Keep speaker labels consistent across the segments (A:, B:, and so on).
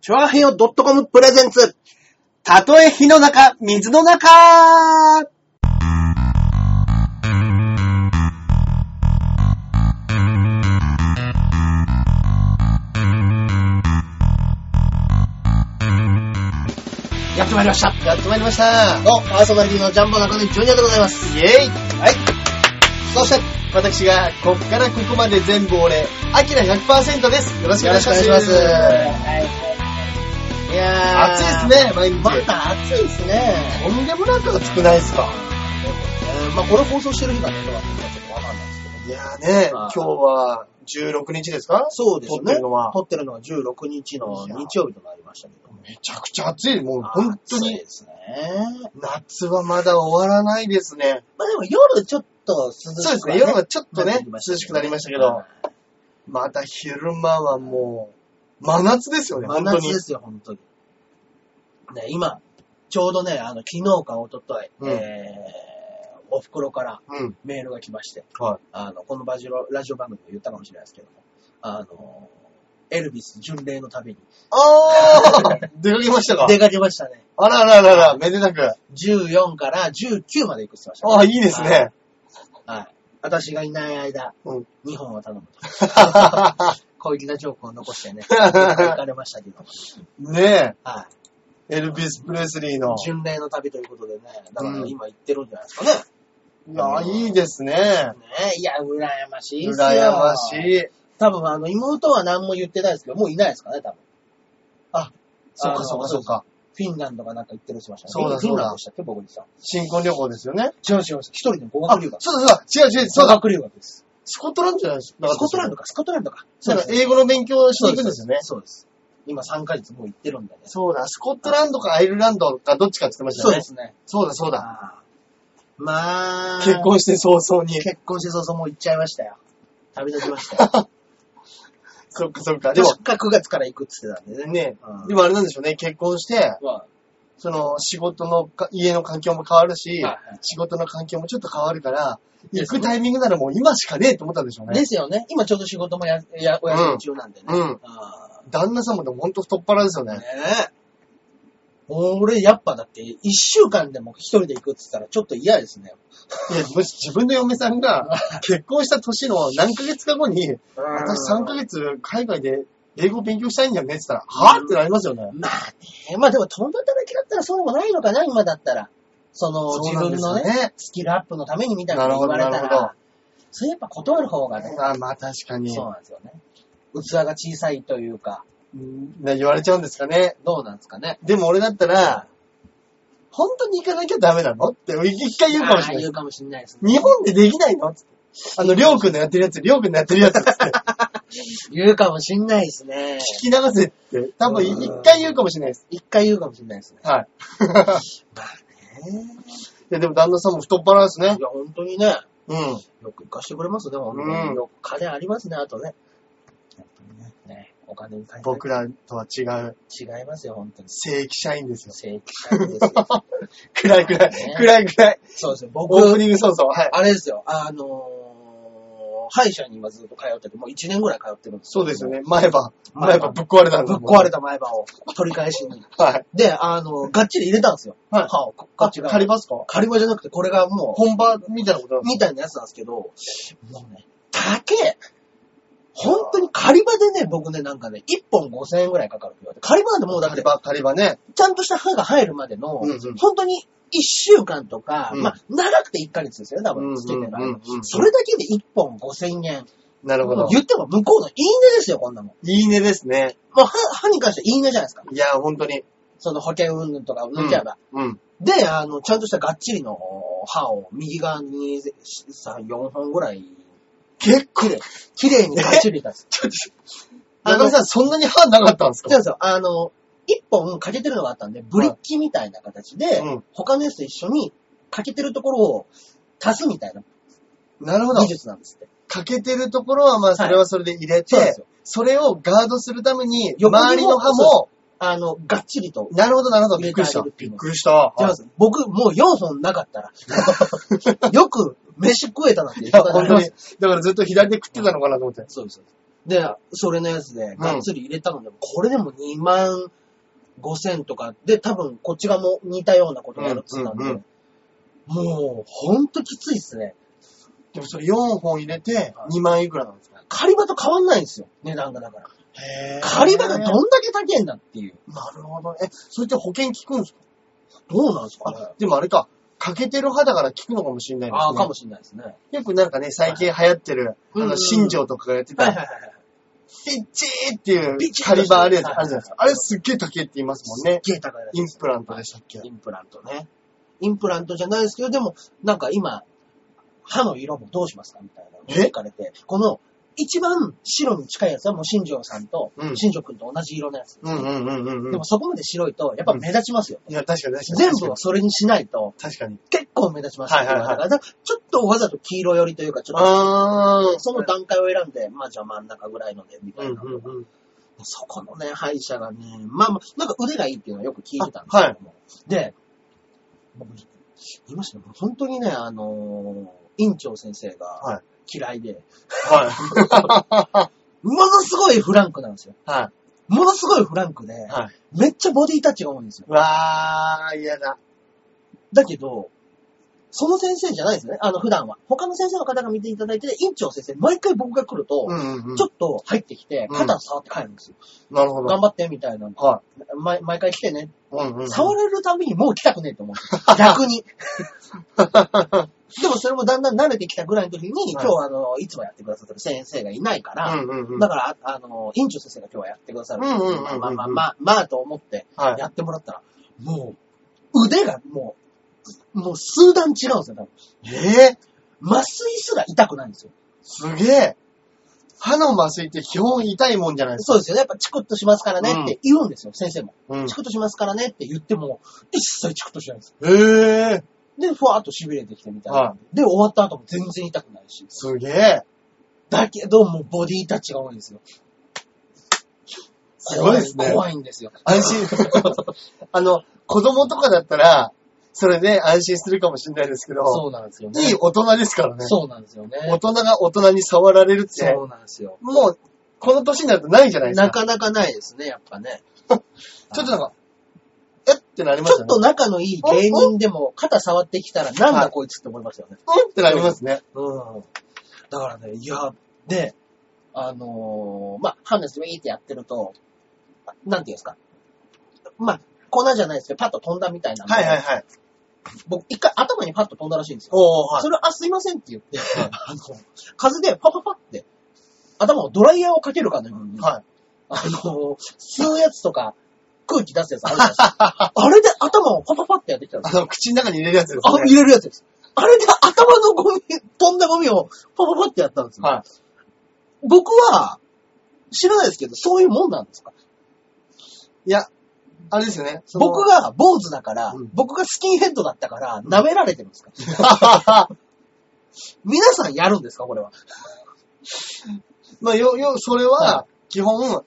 A: チョアヘヨ .com プレゼンツ。たとえ火の中、水の中やってまいりました。
B: やってまいりました。
A: どうも、パーソナリティのジャンボ中根ジュニアでございます。
B: イェイ
A: はい。
B: そして、私が、こっからここまで全部俺、アキラ100%です。よろしく
A: よ
B: お願
A: ろ
B: い
A: し
B: し
A: くお願いし
B: ます。
A: ます。いやー。
B: 暑いですね、毎日。
A: また暑いですね。
B: とんでもなく暑くないですか。
A: えーまあ、これ放送してる日がね、どうなってるかちょっとわかんないですけど。
B: いやーね、
A: あ
B: 今
A: ー
B: 日は16日ですか
A: そうですね。
B: 撮ってるのは
A: 撮ってるのは16日の日曜日となりましたけど。
B: めちゃくちゃ暑い。もう本当
A: 暑い
B: に、
A: ですね。
B: 夏はまだ終わらないですね。
A: まあでも夜ちょっと涼しく、
B: そうですね、夜はちょっと
A: なっ
B: ね
A: てき、ましたね
B: 涼しくなりましたけど、また昼間はもう、真夏ですよね、
A: 真
B: 本当
A: 夏
B: に
A: で。すよ、本当に。ね、今、ちょうどね、あの、昨日か一昨日、
B: うん
A: えー、お袋から
B: うん。
A: メールが来まして、
B: はい。
A: あの、このバジロラジオ番組も言ったかもしれないですけども、あの、エルビス巡礼の旅に
B: あー出かけましたか
A: 出かけましたね。
B: あらららら、めでたく。
A: 14から19まで行くって言ってましたね、
B: ああ、いいですね。
A: はい。私がいない間、
B: うん
A: 日本を頼むと。 小粋なジョークを残して ね、行かれましたけど。
B: ね
A: はい。
B: え、エルビス・プレスリーの。
A: 巡礼の旅ということでね、だから
B: うん
A: 今行ってるんじゃないですかね。
B: いや、いいですね。
A: ねえ、いや、羨ましいっすよ。
B: 羨まし。い。
A: 多分あの、妹は何も言ってないですけど、もういないですかね、多分。
B: あ、そっかそっかそっか。
A: フィンランドがなんか行ってるしましたね。
B: そうだ
A: フィン
B: そうだ
A: ランドでしたっけ、僕にさ。
B: 新婚旅行ですよね。
A: 違う違う、一人の語
B: あ、
A: 学
B: そう
A: 留
B: だ
A: 学。
B: そうだ、違う違う、そう
A: 語
B: だ。
A: 学留学です。
B: スコットランドじゃないですか。
A: スコットランドか、スコットランドか。
B: だから
A: そうです
B: 英語の勉強をしていくんですよね。
A: そうです。今3ヶ月もう行ってるんでね。
B: そうだ、スコットランドかアイルランドかどっちかって言ってましたよね。
A: すね。
B: そうだ、そうだ。
A: あーまあ、
B: 結婚して早々に。
A: 結婚して早々もう行っちゃいましたよ。旅立ちましたよ。
B: そっかそっ か。で
A: でも
B: も、、
A: 9月から行くっつってたんでね。
B: ね
A: う、ん
B: でもあれなんでしょうね、結婚して、
A: まあ
B: その仕事のか、家の環境も変わるし、
A: はいはい
B: 仕事の環境もちょっと変わるから、
A: で
B: 行
A: すね
B: くタイミングならもう今しかねえと思ったんでしょうね
A: で。すよね。今ちょうど仕事もや、やお休み中なんでね。
B: うんうん
A: あ
B: 旦那様でもほんと太っ腹ですよ
A: ーね
B: ね。
A: え俺、やっぱだって、1週間でも一人で行くっつったらちょっと嫌ですね。
B: いや、もし自分の嫁さんが結婚した年の何ヶ月か後に、私3ヶ
A: 月。
B: 月海外で英語勉強したいんだよねって言ったら、はぁってなりますよね。
A: まあね、まあでも共働きだったらそうもないのかな、今だったら。その、
B: そう
A: 自
B: なん
A: 分
B: です
A: の
B: よ
A: ね、スキルアップのためにみたいなこと言われ
B: な
A: た
B: るほどなるほ
A: ら、それやっぱ断る方がね、
B: あまあ確かに。
A: そう
B: う
A: なんですよね。器が小さいというか、
B: ん言われちゃうんですかね。
A: どうなんですかね。
B: でも俺だったら、本当に行かなきゃダメなのって一回言うかもしれ
A: あー
B: ない
A: 言う。かもしれないですね。
B: 日本でできないのつってあの、りょうくんのやってるやつ、りょうくんのやってる やつつって、
A: 言うかもしれないですね。
B: 聞き流せって、多
A: う
B: 分
A: ん
B: 一回言うかもしれないです。
A: 一回言うかもしれないですね。
B: はい。いや、でも旦那さんも太っ腹ですね
A: い。や、本当にね、
B: うん。
A: よく行かしてくれますね、本当
B: うん
A: に。よく金ありますね、あとね。本当にねねお金に関
B: 僕らとは違う、
A: して違いますよ、本当に。
B: 正規社員ですよ。
A: 正規会ですよ。
B: 暗い暗い
A: ね、
B: 暗い暗い。
A: そうですよ、
B: オープ
A: 僕、
B: ニングそうそう、はい。
A: あれですよ、あのー歯医者に今ずっと通ってて、もう1年ぐらい通ってるんです
B: そうですよ。ね。前歯、
A: 前
B: 前
A: 歯
B: 歯ぶっ壊れたん
A: ぶっ
B: だ
A: 壊れた前歯を取り返しに。
B: た。はい。
A: で、あの、がっちり入れたんですよ。
B: はい
A: 歯を、こっ
B: あ、
A: ちが。
B: 借りますか
A: 仮歯じゃなくて、これがもう、
B: 本場みたいなことなんです
A: みたいなやつなんですけど、もうね、高え本当に仮歯でね、僕ね、なんかね、1本5000円ぐらいかかるって言われて、仮歯なんてもうだ
B: か
A: っ
B: 借り
A: て、
B: 歯、借り歯ね。
A: ちゃんとした歯が入るまでの、
B: うんうん
A: 本当に1週間とか、
B: うん
A: まあ、長くて1ヶ月ですよね、多
B: うんうん
A: 分、つけてる間
B: うんうん
A: それだけで1本5000円。
B: なるほど。
A: 言っても向こうのいいねですよ、こんなもん。
B: いいねですね。
A: まあ、歯歯に関してはいいねじゃないですか。
B: いや、本当に。
A: その保険云々とかを抜けば。
B: うん。
A: で、あの、ちゃんとしたがっちりの歯を右側に3、4本ぐらい、
B: 結構。
A: 綺麗にがっちり出す。
B: 中根さん、そんなに歯なかったんです
A: そう
B: か
A: そう、あの、一本欠けてるのがあったんで、ブリッキみたいな形で、
B: うん
A: 他のやつと一緒に欠けてるところを足すみたいな
B: なるほど
A: 技。術なんですって。
B: 欠けてるところは、まあ、それはそれで入れて、
A: はいそうなんですよ
B: それをガードするために、
A: 横にも
B: 周りの歯も
A: そ、あの、がっちりと。
B: なるほど、なるほど、
A: 入れ
B: びってく
A: あ
B: りした。
A: げるって
B: び
A: いう
B: っ
A: の
B: くりした。
A: 違います僕、もう4本なかった ら、よく飯食えたなんて言
B: いや、
A: った
B: 本当に。だからずっと左で食ってたのかなと思って。
A: そうです。そうですで、それのやつで、がっつり入れたので、これでも2万5千とか、で、多分こっち側も似たようなことやるっつったんで、
B: うんうん
A: もう、ほんときついっすね。
B: でもそれ4本入れて
A: はい
B: 2万いくらなんですか
A: 狩り場と変わんないんですよ、値段がだから。
B: へ
A: 狩り場がどんだけ高いんだっていう。
B: なるほど。え、それって保険効くんですか
A: どうなんですかね
B: あ、でもあれか。欠けてる肌から効くのかもしれないですね。
A: ああ、かもしれないですね。はい
B: よくなんかね、最近流行ってる、あ
A: うんう
B: の、
A: ん
B: 新庄とかがやってた、
A: いはい。
B: ピッチーっていう
A: ピッチー
B: カリバーあるやつ
A: はい
B: あるじゃないですか。あれすっげえ高いって言いますもんね。
A: ゲータがやら
B: インプラントでしたっけ
A: インプラントね。インプラントじゃないですけど、でも、なんか今、歯の色もどうしますかみたいなのを
B: え
A: 聞かれて、この、一番白に近いやつはもう新庄さんと
B: う、ん
A: 新庄くんと同じ色のやつ。
B: うんうんうんうん
A: で
B: うん
A: も。そこまで白いと、やっぱ目立ちますよ。
B: いや、確かに確かに。
A: 全部をそれにしないと、
B: 確かに。
A: 結構目立ちますよ。
B: はいはいはい
A: だから、ちょっとわざと黄色寄りというか、ちょっと、
B: あー、
A: その段階を選んで、まあじゃあ真ん中ぐらいので、みた
B: うん
A: いな。
B: うんうん。
A: そこのね、歯医者がね、まあまあ、なんか腕がいいっていうのはよく聞いてたんです
B: あ
A: け
B: はい
A: ども。で、僕、言いましたね、本当にね、あのー院長先生
B: は
A: が嫌いで、
B: は
A: ものすごいフランクなんですよ。
B: い。は
A: ものすごいフランクで、
B: い。はい。
A: めっちゃボディタッチが多いんですよ。
B: うわー、嫌だ。
A: だけど、その先生じゃないですよね、あの、普段は。他の先生の方が見ていただいて、院長先生、毎回僕が来ると、
B: んうんう
A: ちょっと入ってきて、
B: うん
A: 肩触って帰るんですよ。
B: なるほど。
A: 頑張って、みたいな。
B: は
A: 毎毎回来てね、
B: い。うんうんうん。
A: 触れるたびにもう来たくねえと思う。逆に。でもそれもだんだん慣れてきたぐらいの時に、今日はあの、いつもやってくださってる先生がいないから、
B: うんうんうん。
A: だから、ああの、院長先生が今日はやってくださる。
B: うんうんうんうん
A: まあまあまあまあ、まあと思って
B: はい。
A: やってもらったら、もう、腕がもう、もう数段違うんですよ、多分。
B: えー、
A: 麻酔すら痛くないんですよ。
B: すげえ。歯の麻酔って基本痛いもんじゃないですか。
A: そうですよね。やっぱチクッとしますからねって言うんですよ、先生も。
B: うん
A: チクッとしますからねって言っても、一切チクッとしないんですよ
B: へえ。
A: で、ふわーっと痺れてきてみたいな。
B: は
A: で、終わった後も全然痛くないし。
B: すげえ。
A: だけど、もうボディタッチが多いんですよ。
B: すごいですね
A: 怖いんですよ。
B: 安 心。あの、子供とかだったら、それで安心するかもしれないですけど、
A: そうなんですよね。
B: いい大人ですからね。
A: そうなんですよね。
B: 大人が大人に触られるって、
A: そうなんですよ。
B: もう、この年になるとないじゃないです
A: な
B: か。
A: かなかないですね、やっぱね。
B: ちょっとなんか、えってなりま
A: ち
B: す
A: ょ
B: よ
A: っ
B: ね。
A: と仲のいい芸人でも肩触ってきたらなんだこいつって思いますよね。
B: うんってなりますね。
A: うん。だからね、いや、で、あのーまあ、ハンネスウィーってやってると、なんていうんですか。まあ、粉じゃないですけど、パッと飛んだみたいなので。
B: はいはいはい。
A: 僕、一回頭にパッと飛んだらしいんですよ。
B: おー、はい
A: そ。れを、あ、すいませんって言って、あの、風でパパパって、頭をドライヤーをかけるかのように、
B: はい。
A: あの、吸うやつとか、空気出すやつあるじゃないですか。あれで頭をパパパってやってきたんで
B: あ
A: すよ。
B: の、口の中に入れるやつです
A: あ、
B: ね。
A: 入れるやつです。あれで頭のゴミ、飛んだゴミをパパパってやったんですよ。
B: はい。
A: 僕は、知らないですけど、そういうもんなんですか
B: いや、あれですよね。その
A: 僕、が坊主だから、
B: うん
A: 僕がスキンヘッドだったから、舐められてるんですか、皆さんやるんですかこれは。
B: まあ、よ、よ、それ
A: は
B: は、基本、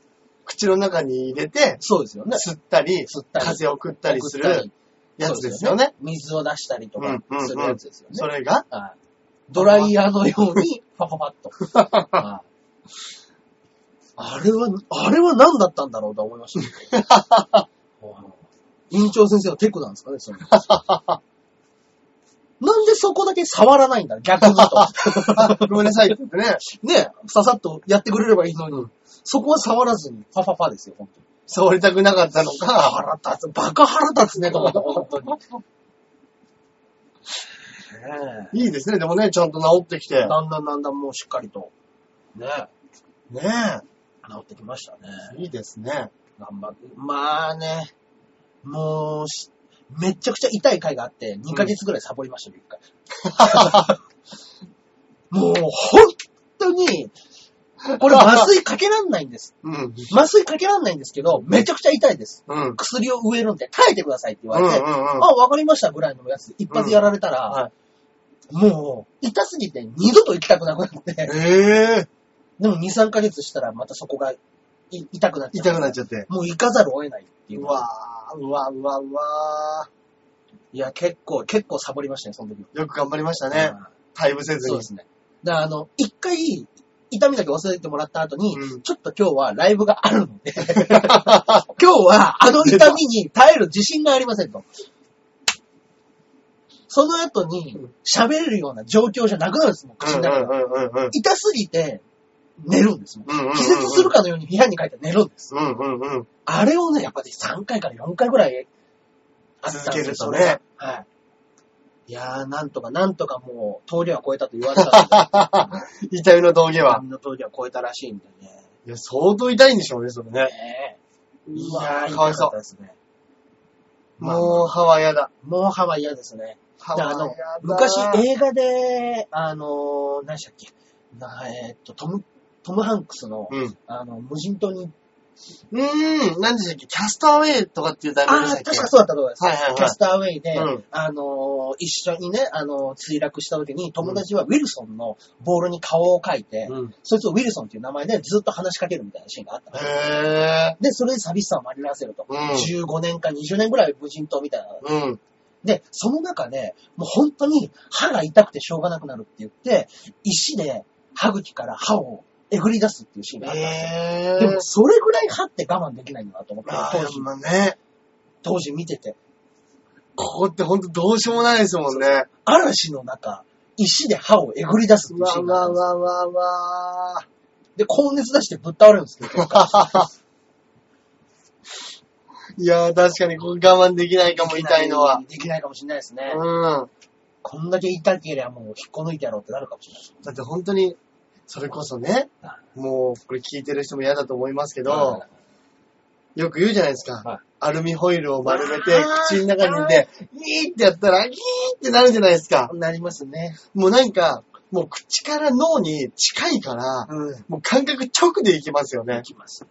B: 口の中に入れて、
A: そうですよね。
B: 吸ったり、
A: 吸ったり
B: 風を送ったりするやつですよね。。
A: 水を出したりとか
B: うんうんうん
A: するやつですよね。
B: それが、
A: はいドライヤーのように、 パパパッと。はいあれは、あれは何だったんだろうと思いました ね。院長先生のテクなんですかね、それ。なんでそこだけ触らないんだ逆にと。
B: あごめんなさいって言ってね。
A: ね、ささっとやってくれればいいのに、そこは触らずに、パパパですよ、本当に。
B: 触りたくなかったのか、
A: 腹立つ、バカ腹立つね、と思って、本当に。ねえ
B: いいですね。でもね、ちゃんと治ってきて。
A: だんだんだんだんもうしっかりと、ね、
B: ね
A: 治ってきましたね。
B: え。いいですね。
A: 頑張って。まあね、もうし、めちゃくちゃ痛い回があって、2ヶ月ぐらいサボりましたね、 一回。もう、本当に、これ麻酔かけらんないんです。
B: うん。
A: 麻酔かけらんないんですけど、めちゃくちゃ痛いです。
B: うん。
A: 薬を植えるんで耐えてくださいって言
B: う
A: わ
B: んうん
A: れて、
B: うん。
A: あ、わかりましたぐらいのやつ、一発やられたら、
B: は
A: もう、痛すぎて二度と行きたくなくなって
B: い。、ええ
A: でも2、3ヶ月したらまたそこがい痛くなっちゃう。
B: 痛くなっちゃって。
A: もう行かざるを得ないっていう。
B: うわー、うわうわうわ
A: いや、結構、結構サボりましたね、その時は。
B: よく頑張りましたね
A: う。ん
B: タイムせず
A: そう
B: に
A: で。すね。だからあの、一回、痛みだけ忘れてもらった後に、
B: うん
A: ちょっと今日はライブがあるの で、今日はあの痛みに耐える自信がありませんと。その後に喋れるような状況じゃなくなるんですもん、口の中が。
B: うんうん。
A: 痛すぎて寝るんですもん。
B: うんうんうん
A: 気絶するかのように部屋に帰って寝るんです。
B: うんうんうん。
A: あれをね、やっぱり3回から4回ぐらいあったんですよ
B: 続ける。
A: はい。いやー、なんとかなんとかもう、通りは超えたと言われたんで、
B: 痛みの峠は。
A: 波の通りは超えたらしいんでね。
B: いや、相当痛いんでしょうね、それね。
A: ねえ
B: いうや
A: わ
B: ー、
A: ー、
B: かわい
A: 痛か
B: そう
A: った。ですね。
B: もう、歯は嫌だ。
A: もう歯は嫌ですね。
B: 歯
A: で
B: は
A: あ
B: 嫌だ
A: の。、昔映画で、あのー、何でしたっけ、なえーっと、トム、トム・ハンクスの、
B: うん。
A: あの、無人島に、
B: うーん、何でしたっけキャスターウェイとかっていう題
A: あ
B: 名でし
A: あ、
B: たっ
A: 確
B: け
A: かそうだったと思います。
B: はいはいはい
A: キャスターウェイで、
B: うん
A: あのー、一緒にね、あのー、墜落した時に、友達はウィルソンのボールに顔を描いて、
B: うん。
A: そいつをウィルソンっていう名前でずっと話しかけるみたいなシーンがあったの。
B: へ
A: で、それで寂しさを紛らわせると。
B: うん
A: 15年か20年ぐらい無人島みたいな。
B: ぇー。うん。
A: で、その中で、もう本当に歯が痛くてしょうがなくなるって言って、石で歯茎から歯をえぐり出すっていうシーンがあったんですよ。
B: へぇー。
A: でも、それぐらい歯って我慢できないんだなと思って、
B: あ
A: 当時
B: ー、、まあね。
A: 当時見てて。
B: ここってほんとどうしようもないですもんね。
A: 嵐の中、石で歯をえぐり出すっていうシーンがあったんですよ
B: わわわ。
A: で、高熱出してぶっ倒れるんです けど、
B: いやー、確かにここ我慢できないかも、痛いのは。。
A: できないかもしれないですね。
B: うん。
A: こんだけ痛ければもう引っこ抜いてやろうってなるかもしれない。
B: だって本当に、それこそね、もう、これ聞いてる人も嫌だと思いますけど、よく言うじゃないです
A: はい
B: か。アルミホイルを丸めて
A: あー、
B: 口の中に入れて、ギーってやったら、ギーってなるじゃないですか。
A: なりますね。
B: もうなんか、もう口から脳に近いから、
A: うん。
B: もう感覚直でいきますよね。
A: きますね。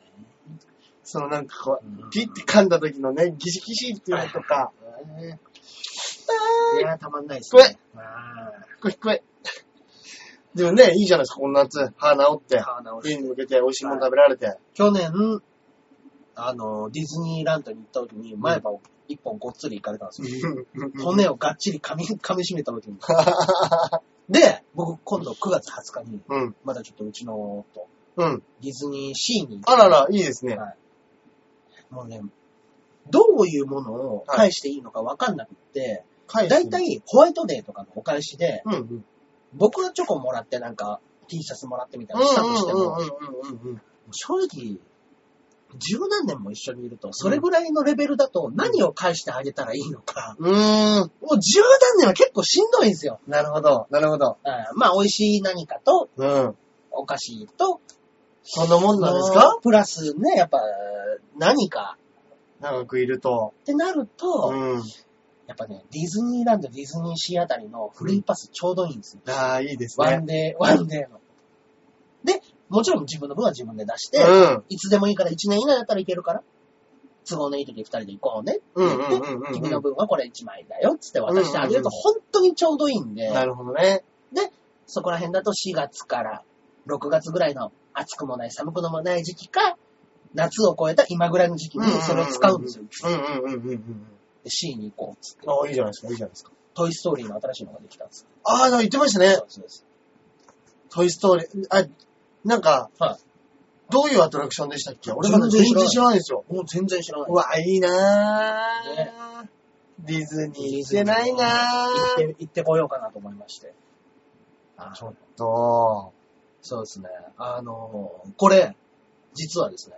B: そのなんかこ
A: うん
B: う、ピッて噛んだ時のね、ギシギシっていうのとか、
A: いやー、たまんないですね。あ
B: これ、これ。でもね、いいじゃないですか、この夏、歯治っ
A: ー、
B: て
A: 歯直し
B: 家に向けて美味しいもの食べられて。
A: 去年、あの、ディズニーランドに行った時に前歯を一本ごっつりいかれたんですよ。骨をがっちり噛み、 噛み締めた時に。で、僕今度9月20日に、
B: うん、
A: まだちょっとうちのと
B: うん。
A: ディズニーシーに行って
B: あらら、いいですね。
A: もうね、どういうものを返していいのかわかんなくって、
B: 返す
A: だいた、いホワイトデーとかのお返しで、
B: うん、うん。
A: 僕はチョコもらってなんか T シャツもらってみた
B: う
A: いなしたとしても、
B: ん、うん、うん、うん、うん。
A: 正直、十何年も一緒にいると、それぐらいのレベルだと何を返してあげたらいいのか、
B: うーん、
A: もう十何年は結構しんどいんですよ。
B: なるほど、なるほど。
A: うんまあ、美味しい何かと、
B: うん。
A: お菓子と、
B: そんなもんなんです
A: あ
B: か
A: のプラスね、やっぱ、何か
B: 長くいると。
A: ってなると、
B: うん。
A: やっぱね、ディズニーランド、ディズニーシーあたりのフリーパスちょうどいいんですよ。
B: ああ、いいです
A: ワ
B: ね
A: ン。デー、ワンデーの。で、もちろん自分の分は自分で出して、
B: うん。
A: いつでもいいから1年以内だったらいけるから、都合のいい時に2人で行こうねって
B: う
A: 言
B: ん、
A: っ
B: うん、
A: て、
B: うんうん。
A: 君の分はこれ1枚だよっつって渡してあげると
B: う
A: 本
B: ん
A: 当にちょうどいいんで、
B: なるほどね。
A: そこら辺だと4月から6月ぐらいの暑くもない寒くもない時期か、夏を超えた今ぐらいの時期にそれを使うんですよ。
B: うんうんうんうんうん。
A: で C に行こうっつって。
B: ああ、いいじゃないですか、いいじゃないですか。
A: トイストーリーの新しいのができたんですよ。
B: ああ、なんか言ってました
A: そ。
B: ね
A: うですそうです。
B: トイストーリー。あ、なんか、
A: は
B: どういうアトラクションでしたっけ俺まだ全然知らないんですよ。
A: もう全然知らな
B: う
A: い。
B: わ、いいなぁ。ディズニー行ってないな
A: 行っ
B: ぁ。
A: て、行ってこようかなと思いまして。あ
B: ちょっと、
A: そうですね。あのーこれ、実はですね、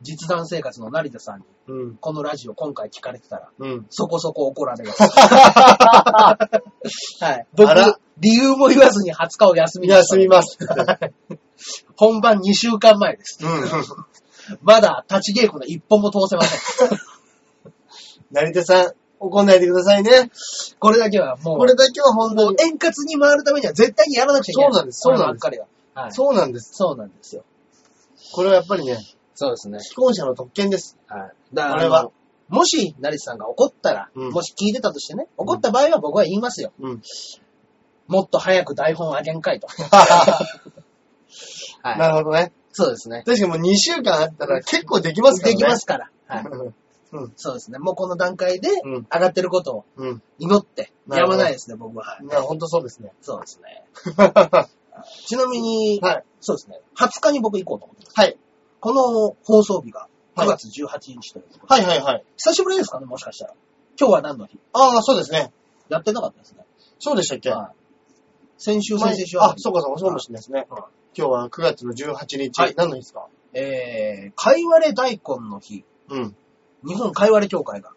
A: 実弾生活の成田さんに、
B: うん、
A: このラジオ今回聞かれてたら、
B: うん。
A: そこそこ怒られ ます。はい。僕
B: あら、
A: 理由も言わずに20日を休みにした
B: 休みます。
A: 本番2週間前です。
B: うん。
A: まだ立ち稽古の一本も通せません。
B: 成田さん、怒んないでくださいね。
A: これだけはもう、
B: これだけは本当に。
A: 円滑に回るためには絶対にやらなくちゃいけない。
B: そうなんですそうな
A: こ
B: んです
A: ればっかりは。はい。
B: そうなんです。
A: そうなんですよ。
B: これはやっぱりね、
A: そうですね。
B: 既婚者の特権です。
A: はい。だから、
B: これは
A: あのもし、成瀬さんが怒ったら、
B: うん
A: もし聞いてたとしてね、怒った場合は僕は言いますよ。
B: うん。
A: もっと早く台本あげんかいと。はい。
B: なるほどね。
A: そうですね。
B: 確かにもう2週間あったら結構できますから
A: で
B: ね。
A: きますから。はい。
B: うん。
A: そうですね。もうこの段階で、
B: う
A: 上
B: ん
A: がってることを
B: うん。
A: 祈って、
B: なる
A: や
B: ほど
A: まないですね、僕は。はい
B: いや、ほんとそうですね。
A: そうですね。ちなみに、
B: はい。
A: そうですね、20日に僕行こうと思ってます。
B: はい。
A: この放送日が
B: は
A: 9
B: い
A: 月18日ということで、
B: はいはいはい。
A: 久しぶりですかね、もしかしたら。今日は何の日
B: ああ、そうですね。
A: やってなかったですね。
B: そうでしたっけ
A: はい。先週、
B: 前
A: 先々週
B: あ
A: あ、、
B: そうかそうか、そうかもしれないですね。
A: はい
B: 今日は9月の18日。
A: はい
B: 何の日ですか
A: えー、かいわれ大根の日、
B: うん。
A: 日本かいわれ協会が。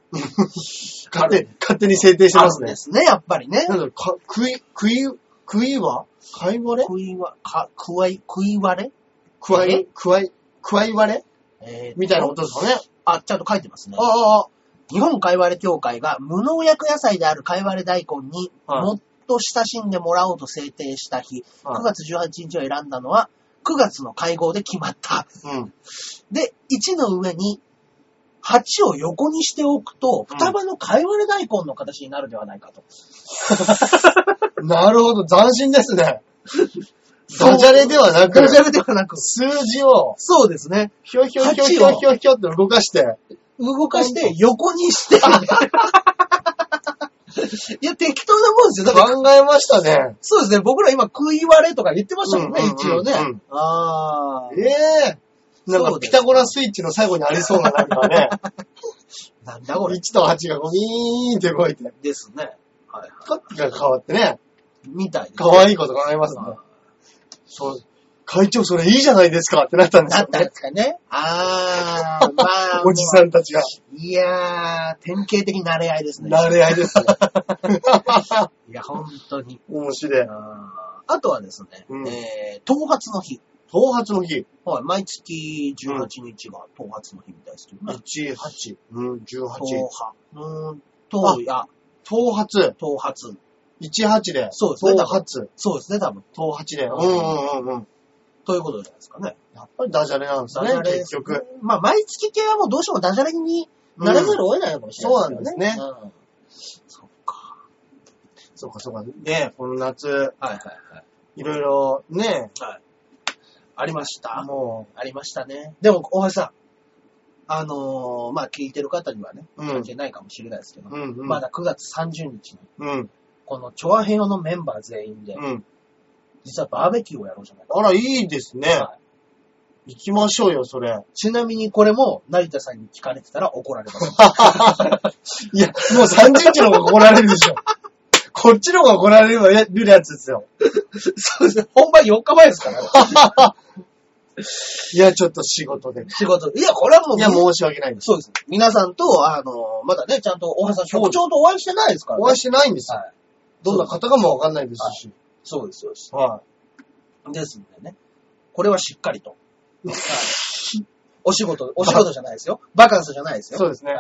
B: 勝手、勝手に制定して
A: あ
B: ま
A: る
B: す
A: ん
B: ね
A: で。すね、やっぱりね。
B: なんだろう、か、食い、食い、食いは買い割れ
A: 食いわ、か、くわい、食い割れ
B: くわ
A: え
B: いくわい、くわい割れ
A: えー
B: みたいなことですかね。
A: あ、ちゃんと書いてますね
B: あ。あ、ああ。
A: 日本かいわれ協会が無農薬野菜であるかいわれ大根に
B: はい
A: もっと親しんでもらおうと制定した日、
B: はい
A: 9月18日を選んだのは、9月の会合で決まった。
B: うん。
A: で、1の上に、鉢を横にしておくと、
B: うん
A: 双葉のかいわれ大根の形になるではないかと。
B: なるほど、斬新ですね。
A: そう
B: ダジャレではなく
A: ダ、ジャレではなく。
B: 数字を、
A: そうですね。
B: ひょひょひょひょひょひょって動かして、
A: 動かして、横にして。いや、適当なもんですよ。だって
B: 考えましたね。
A: そうですね。僕ら今食い割れとか言ってましたもんね、
B: うんうんうん
A: 一応ね。
B: うん
A: ああ。
B: ええな
A: そ
B: ん
A: う
B: か
A: です
B: ピタゴラスイッチの最後にありそうななんか ね、
A: なんだこれ。
B: 1と8がゴミーンって動いて、
A: ですね。はいは
B: カップが変わってね、
A: い。みたいですね
B: 可愛いこと考えますね。
A: あ
B: そう。会長それいいじゃないですかってなったん
A: ー
B: です
A: な
B: よ
A: ったん
B: ね
A: で。すかね。あ あ、まあ。
B: おじさんたちが。
A: いやー、典型的なれ合いですね。
B: 慣れ合 いですね。
A: いや、本当に。
B: 面白い。
A: あーあとはですね、
B: うん
A: えー、頭髪の日。
B: 頭髪の日、
A: はい、毎月18日が頭髪の日みたいですけどね。
B: 1、8、うん、18。
A: 頭髪。うーん、頭や、
B: 頭髪、
A: 頭髪。
B: 1、8で。
A: そうですね
B: 頭髪、
A: そうですね、多分。
B: 頭髪で。
A: う
B: うんんうんうんうん。
A: ということじゃないですかね。
B: やっぱりダジャレなんです
A: ダ
B: ね
A: ジャ、レで
B: 結
A: すね
B: 局。。
A: まあ、毎月系はもうどうしてもダジャレにならざるを得ないのかもしれない
B: うん
A: ね。うんそっか。
B: そうかそうか。ねこの夏、
A: はいはいはい。
B: いろいろね、
A: ありました。
B: も
A: ありましたね。でも、大橋さん。あのーまあ、聞いてる方にはね、
B: う、うん、
A: 関係ないかもしれないですけど、
B: うん、うん、
A: まだ9月30日に、
B: うん、
A: このチョアヘヨのメンバー全員で、
B: うん。
A: 実はバーベキューをやろうじゃないか。
B: あら、いいですね。
A: は
B: 行きましょうよ、それ。
A: ちなみにこれも、成田さんに聞かれてたら怒られます。
B: いや、もう30キロが怒られるでしょ。 こっちの方が怒られるやるやつですよ。
A: そうですね。本番4日前ですから、
B: いや、ちょっと 仕事で。
A: 仕事。いや、これはもう、
B: いや、申し訳ないです。
A: そうです。皆さんと、あの、まだね、ちゃんと大橋さん、
B: そう
A: 局長とお会いしてないですからね。
B: お会いしてないんですよ。
A: はい。
B: どんな方かもわかんないですし。
A: そうです、そうです。
B: は
A: ですんでね。これはしっかり と。はいお仕事、お仕事じゃないですよ。バカンスじゃないです
B: い。
A: よ。
B: そうですね。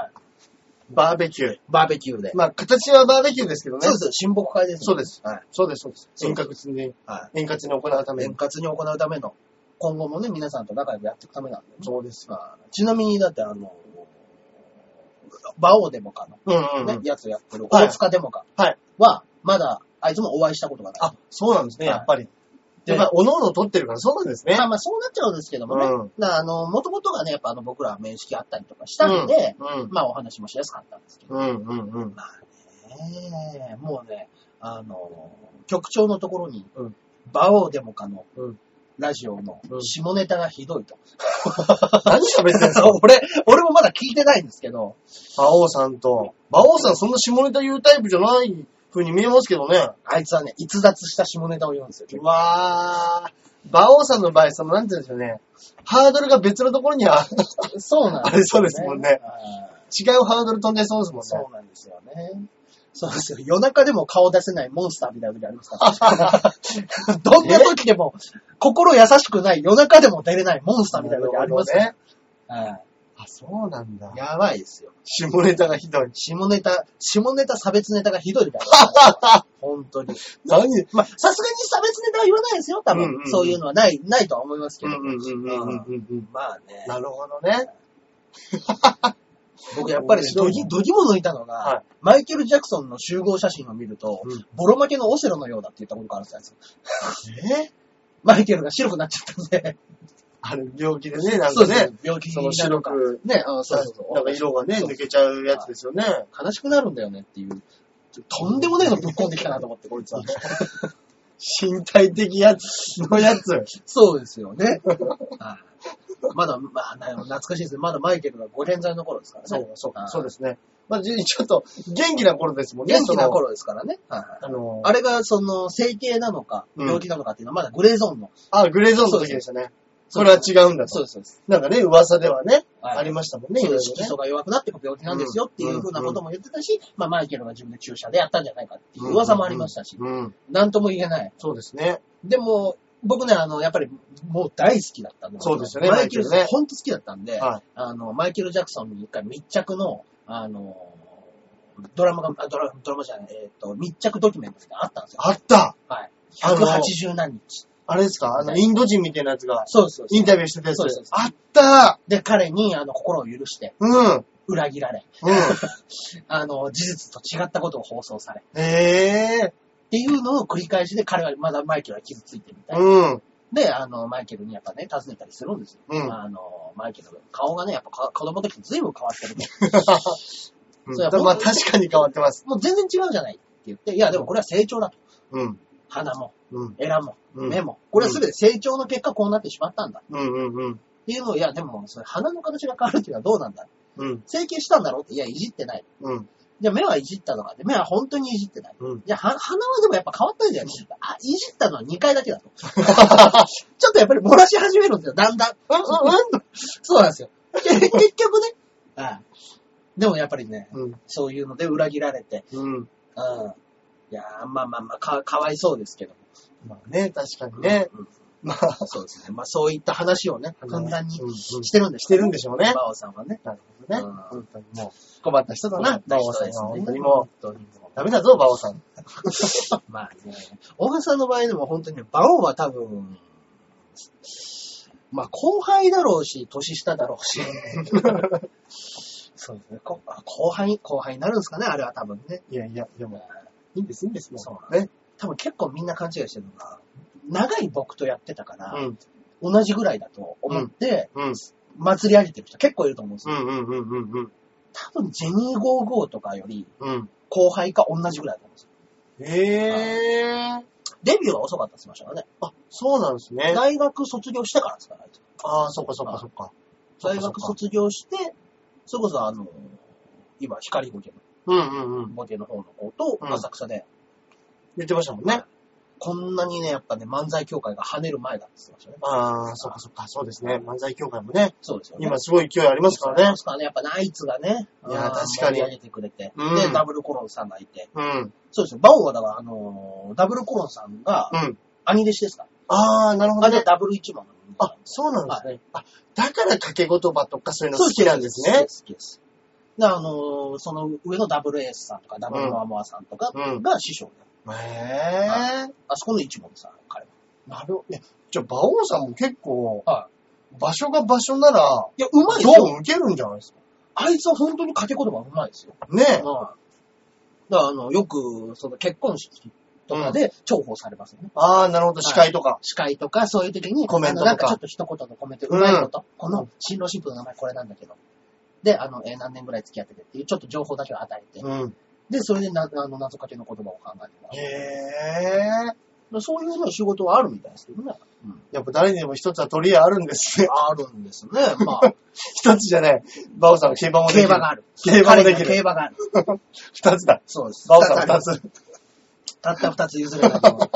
B: バーベキュー。
A: バーベキューで。
B: まあ、形はバーベキューですけどね。
A: そうです、親睦会です、
B: そうです。
A: はい。
B: そうです、そうです。遠隔に、
A: は
B: 円滑に行うた
A: い。
B: め
A: 円
B: に。
A: 滑に行うための、今後もね、皆さんと仲良くやっていくためなんでね。
B: そうです。
A: まあちなみにだって、あの、バオデモカの
B: うんうんう
A: ね
B: ん、。
A: やつやってる
B: はい
A: 大塚デモカ
B: はい
A: は、まだ、あいつもお会いしたことがない。
B: あ、そうなんですね、
A: はい
B: やっぱり。
A: で
B: やっぱり、おのおの撮ってるからそうなんですね
A: ま。あまあそうなっちゃうんですけどもね。
B: うん
A: だからあの、もともとがね、やっぱあの僕らは面識あったりとかしたので、
B: うん。
A: まあお話もしやすかったんですけど。
B: うん、うん、うん。
A: ねえもうね、あの、局長のところに、
B: うん
A: バオーデモカの、
B: うん
A: ラジオの
B: うん
A: 下ネタがひどいと。
B: 何喋ってんですか
A: 俺、俺もまだ聞いてないんですけど、
B: 馬王さんと。馬王さんそんな下ネタ言うタイプじゃない風に見えますけどね。
A: あいつはね、逸脱した下ネタを言うん ですよ。
B: うわー。馬王さんの場合、その、なんて言うんでしょうね。ハードルが別のところには
A: そうなんですよ、ね。
B: あれそうですもんね
A: はい
B: 違うハードル飛んでそうですもんね。
A: そうなんですよね。そうですよ。夜中でも顔出せないモンスターみたいな時あります から。どんな時でも、心優しくない夜中でも出れないモンスターみたいな時ありますから
B: ね。
A: は
B: あ、そうなんだ
A: い。。やばいですよ。
B: 下ネタがひどい。
A: 下ネタ、下ネタ、差別ネタがひどいみたい な。本当に。
B: 何
A: まあ、さすがに差別ネタは言わないですよ、多分。
B: うんうんうん
A: そういうのはない、ないとは思いますけ
B: う
A: ど。
B: んうんうんうんうんうんうん。
A: まあね。
B: なるほどね。
A: 僕やっぱりねどぎ、どぎも抜いたのが、
B: はい
A: マイケル・ジャクソンの集合写真を見ると、
B: うん
A: ボロ負けのオセロのようだって言ったことがあるんですよあいつ。
B: え
A: マイケルが白くなっちゃったんで。
B: あれ、病気でね、なん
A: そ
B: か
A: うです
B: ね
A: ね。。病気
B: その
A: なの
B: 白
A: か。
B: く、
A: ね、あそうそうそう。
B: なんか色がね、抜けちゃうやつですよね。
A: 悲しくなるんだよねっていう。とんでもないのぶっ込んできたなと思って、こいつは。
B: 身体的やつのやつ。
A: そうですよね。はいまだ、まあ、な懐かしいですね。まだマイケルがご健在の頃ですからね。
B: そう、そう
A: は、い
B: そうですね。まあ、じちょっと、元気な頃ですもんね。
A: 元気な頃ですからね。はい
B: その。あのー
A: あれが、その、整形なのか、
B: うん
A: 病気なのかっていうのは、まだグレーゾーンの。
B: あ、グレーゾーンの時でしたね。それは違うんだと。
A: そうです、そうです。
B: なんかね、噂ではね、
A: はい
B: ありましたもんね、
A: そう
B: いろ
A: い
B: いうろ
A: 色
B: ね
A: 素が弱くなって病気なんですよっていうふうなことも言ってたし、まあ、マイケルが自分で注射でやったんじゃないかっていう噂もありましたし、
B: うん。
A: なんとも言えない。
B: そうですね。
A: でも、僕ね、あの、やっぱり、もう大好きだったんで。
B: そうですよね
A: マイケル
B: マイケルね
A: ほんと好きだったんで、
B: はい
A: あの、マイケル・ジャクソンに一回密着の、あの、ドラマが、あドラドラマじゃない、えっ、と、密着ドキュメントがあったんですよ。
B: あった
A: はい。
B: あの
A: 180何日。
B: あれですかあの、インド人みたいなやつが、
A: そうですそうです。
B: インタビューしてたやつ
A: そうですそうです
B: あった
A: で、彼に、あの、心を許して、
B: うん。うん。
A: 裏切られ、あの、事実と違ったことを放送され、っ
B: ええ
A: ていうのを繰り返しで、彼はまだマイケルは傷ついてるみたい。
B: うん。
A: で、あの、マイケルにやっぱね、尋ねたりするんですよ。
B: うん
A: あの、マイケル、顔がね、やっぱか子供の時と随分変わってると。
B: うん
A: そうや
B: まあ確かに変わってます。
A: もう全然違うじゃないって言って、いや、でもこれは成長だと。
B: うん。
A: 鼻も、
B: うん。
A: エラも、
B: うん
A: 目も。これは全て成長の結果こうなってしまったんだ。
B: うんうんうん。
A: っていうのを、いや、でも、それ鼻の形が変わるっていうのはどうなんだ
B: うん。
A: 整形したんだろうって、いや、いじってない。
B: うん。
A: じゃあ目はいじったのかって、目は本当にいじってない。
B: うん。
A: じゃあは鼻はでもやっぱ変わったんじゃないあ、いじったのは2回だけだと。 ちょっとやっぱり漏らし始めるんですよ、だんだん。そうなんですよ。け結局ね。あでもやっぱりね、
B: うん。
A: そういうので裏切られて、
B: うん。
A: うん。いやーまあまあまあ、か、かわいそうですけども。
B: まあね、確かにね。
A: うん
B: まあ、
A: そうですね。まあそういった話をね、簡単に
B: うんうん
A: してるんでし
B: してるんでしょうね
A: バオさんはね。
B: なるほどね。
A: うん
B: 本当にもう、困った人だな、
A: バ
B: バ
A: オ
B: オ
A: さ
B: さ
A: ん
B: ん
A: です
B: は。
A: ね
B: 本当にもう、
A: 本当にもう
B: ダメだぞ、バオさん。
A: まあね、大橋さんの場合でも本当にね、馬王は多分、まあ後輩だろうし、年下だろうし。そうですね。 こあ後輩、後輩になるんですかね、あれは多分ね。
B: いやいや、でも、いいんです、いいんです、も
A: そう
B: う。ね。
A: 多分結構みんな勘違いしてるのが、長い僕とやってたから、
B: うん。
A: 同じぐらいだと思って、
B: うん。
A: 祭り上げてる人結構いると思うんです
B: う
A: よ。
B: んうんうんうんうん。
A: 多分ジェニー55とかより
B: うん。
A: 後輩か同じぐらいだと思うんですよ。
B: へえ。
A: デビューは遅かったって言ってましたからね。
B: あ、そうなんですね。
A: 大学卒業してからですから、ね、
B: ああ、そっかそっかそっか。
A: 大学卒業して、それこそあの、今、光ボケの、
B: うんうんうん。
A: ボケの方の子と、
B: うん
A: 浅草で、
B: 言ってましたもんね。
A: こんなにね、やっぱね、漫才協会が跳ねる前だって言ってましたね。
B: ああ、そっかそっか、そうですね。漫才協会もね、
A: そうですよね。
B: 今すごい勢いありますから
A: で
B: ね。
A: すからね、やっぱナイツがね、
B: いや
A: あー
B: 確かに
A: 盛り上げてくれて、
B: うん
A: で、ダブルコロンさんがいて、
B: うん。
A: そうですよ、バオはだから、あのーダブルコロンさんが、
B: うん。
A: 兄弟子ですか
B: ああ、なるほど
A: あ、で、
B: ね。
A: ダブル一番の兄弟子
B: あ、そうなんですね。あ、だから掛け言葉とかそういうの好きなんです
A: そう
B: ね
A: で。す好きです。で、あのーその上のダブルエースさんとか、ダブルモアモアさんとか
B: うん
A: が師匠で、
B: へ
A: は
B: え。
A: あそこの一門さん、彼は。
B: なるほど。いや、じゃあ、馬王さんも結構、
A: は
B: 場所が場所なら、
A: いや、うまいです
B: ど
A: よ。
B: う受けるんじゃないですか。
A: あいつは本当に掛け言葉うまいですよ。う
B: ね
A: ん。だから、あの、よく、その結婚式とかで重宝されますよね。
B: ああ、なるほど。司会とか。
A: 司会とか、そういう時に、
B: コメントと
A: あの
B: か
A: なんかちょっと一言のコメント、う
B: うん
A: まいこと。この、新郎新婦の名前これなんだけど。で、あの、えー何年ぐらい付き合っててっていう、ちょっと情報だけを与えて。
B: うん。
A: で、それでな、あの、謎かけの言葉を考えても
B: へ
A: ら
B: え。
A: う。そういうの仕事はあるみたいですけどね。うん。
B: やっぱ誰にでも一つは取り柄あるんですね。
A: あるんですね。まあ、
B: 一つじゃない。馬王さんは競馬もでき
A: 競
B: る。
A: 馬がある。
B: 競馬もでき
A: 彼に
B: る
A: は競馬がある。
B: 二つだ。
A: そうです。
B: 馬王さん は二つ。
A: たった二つ譲れないと 思う。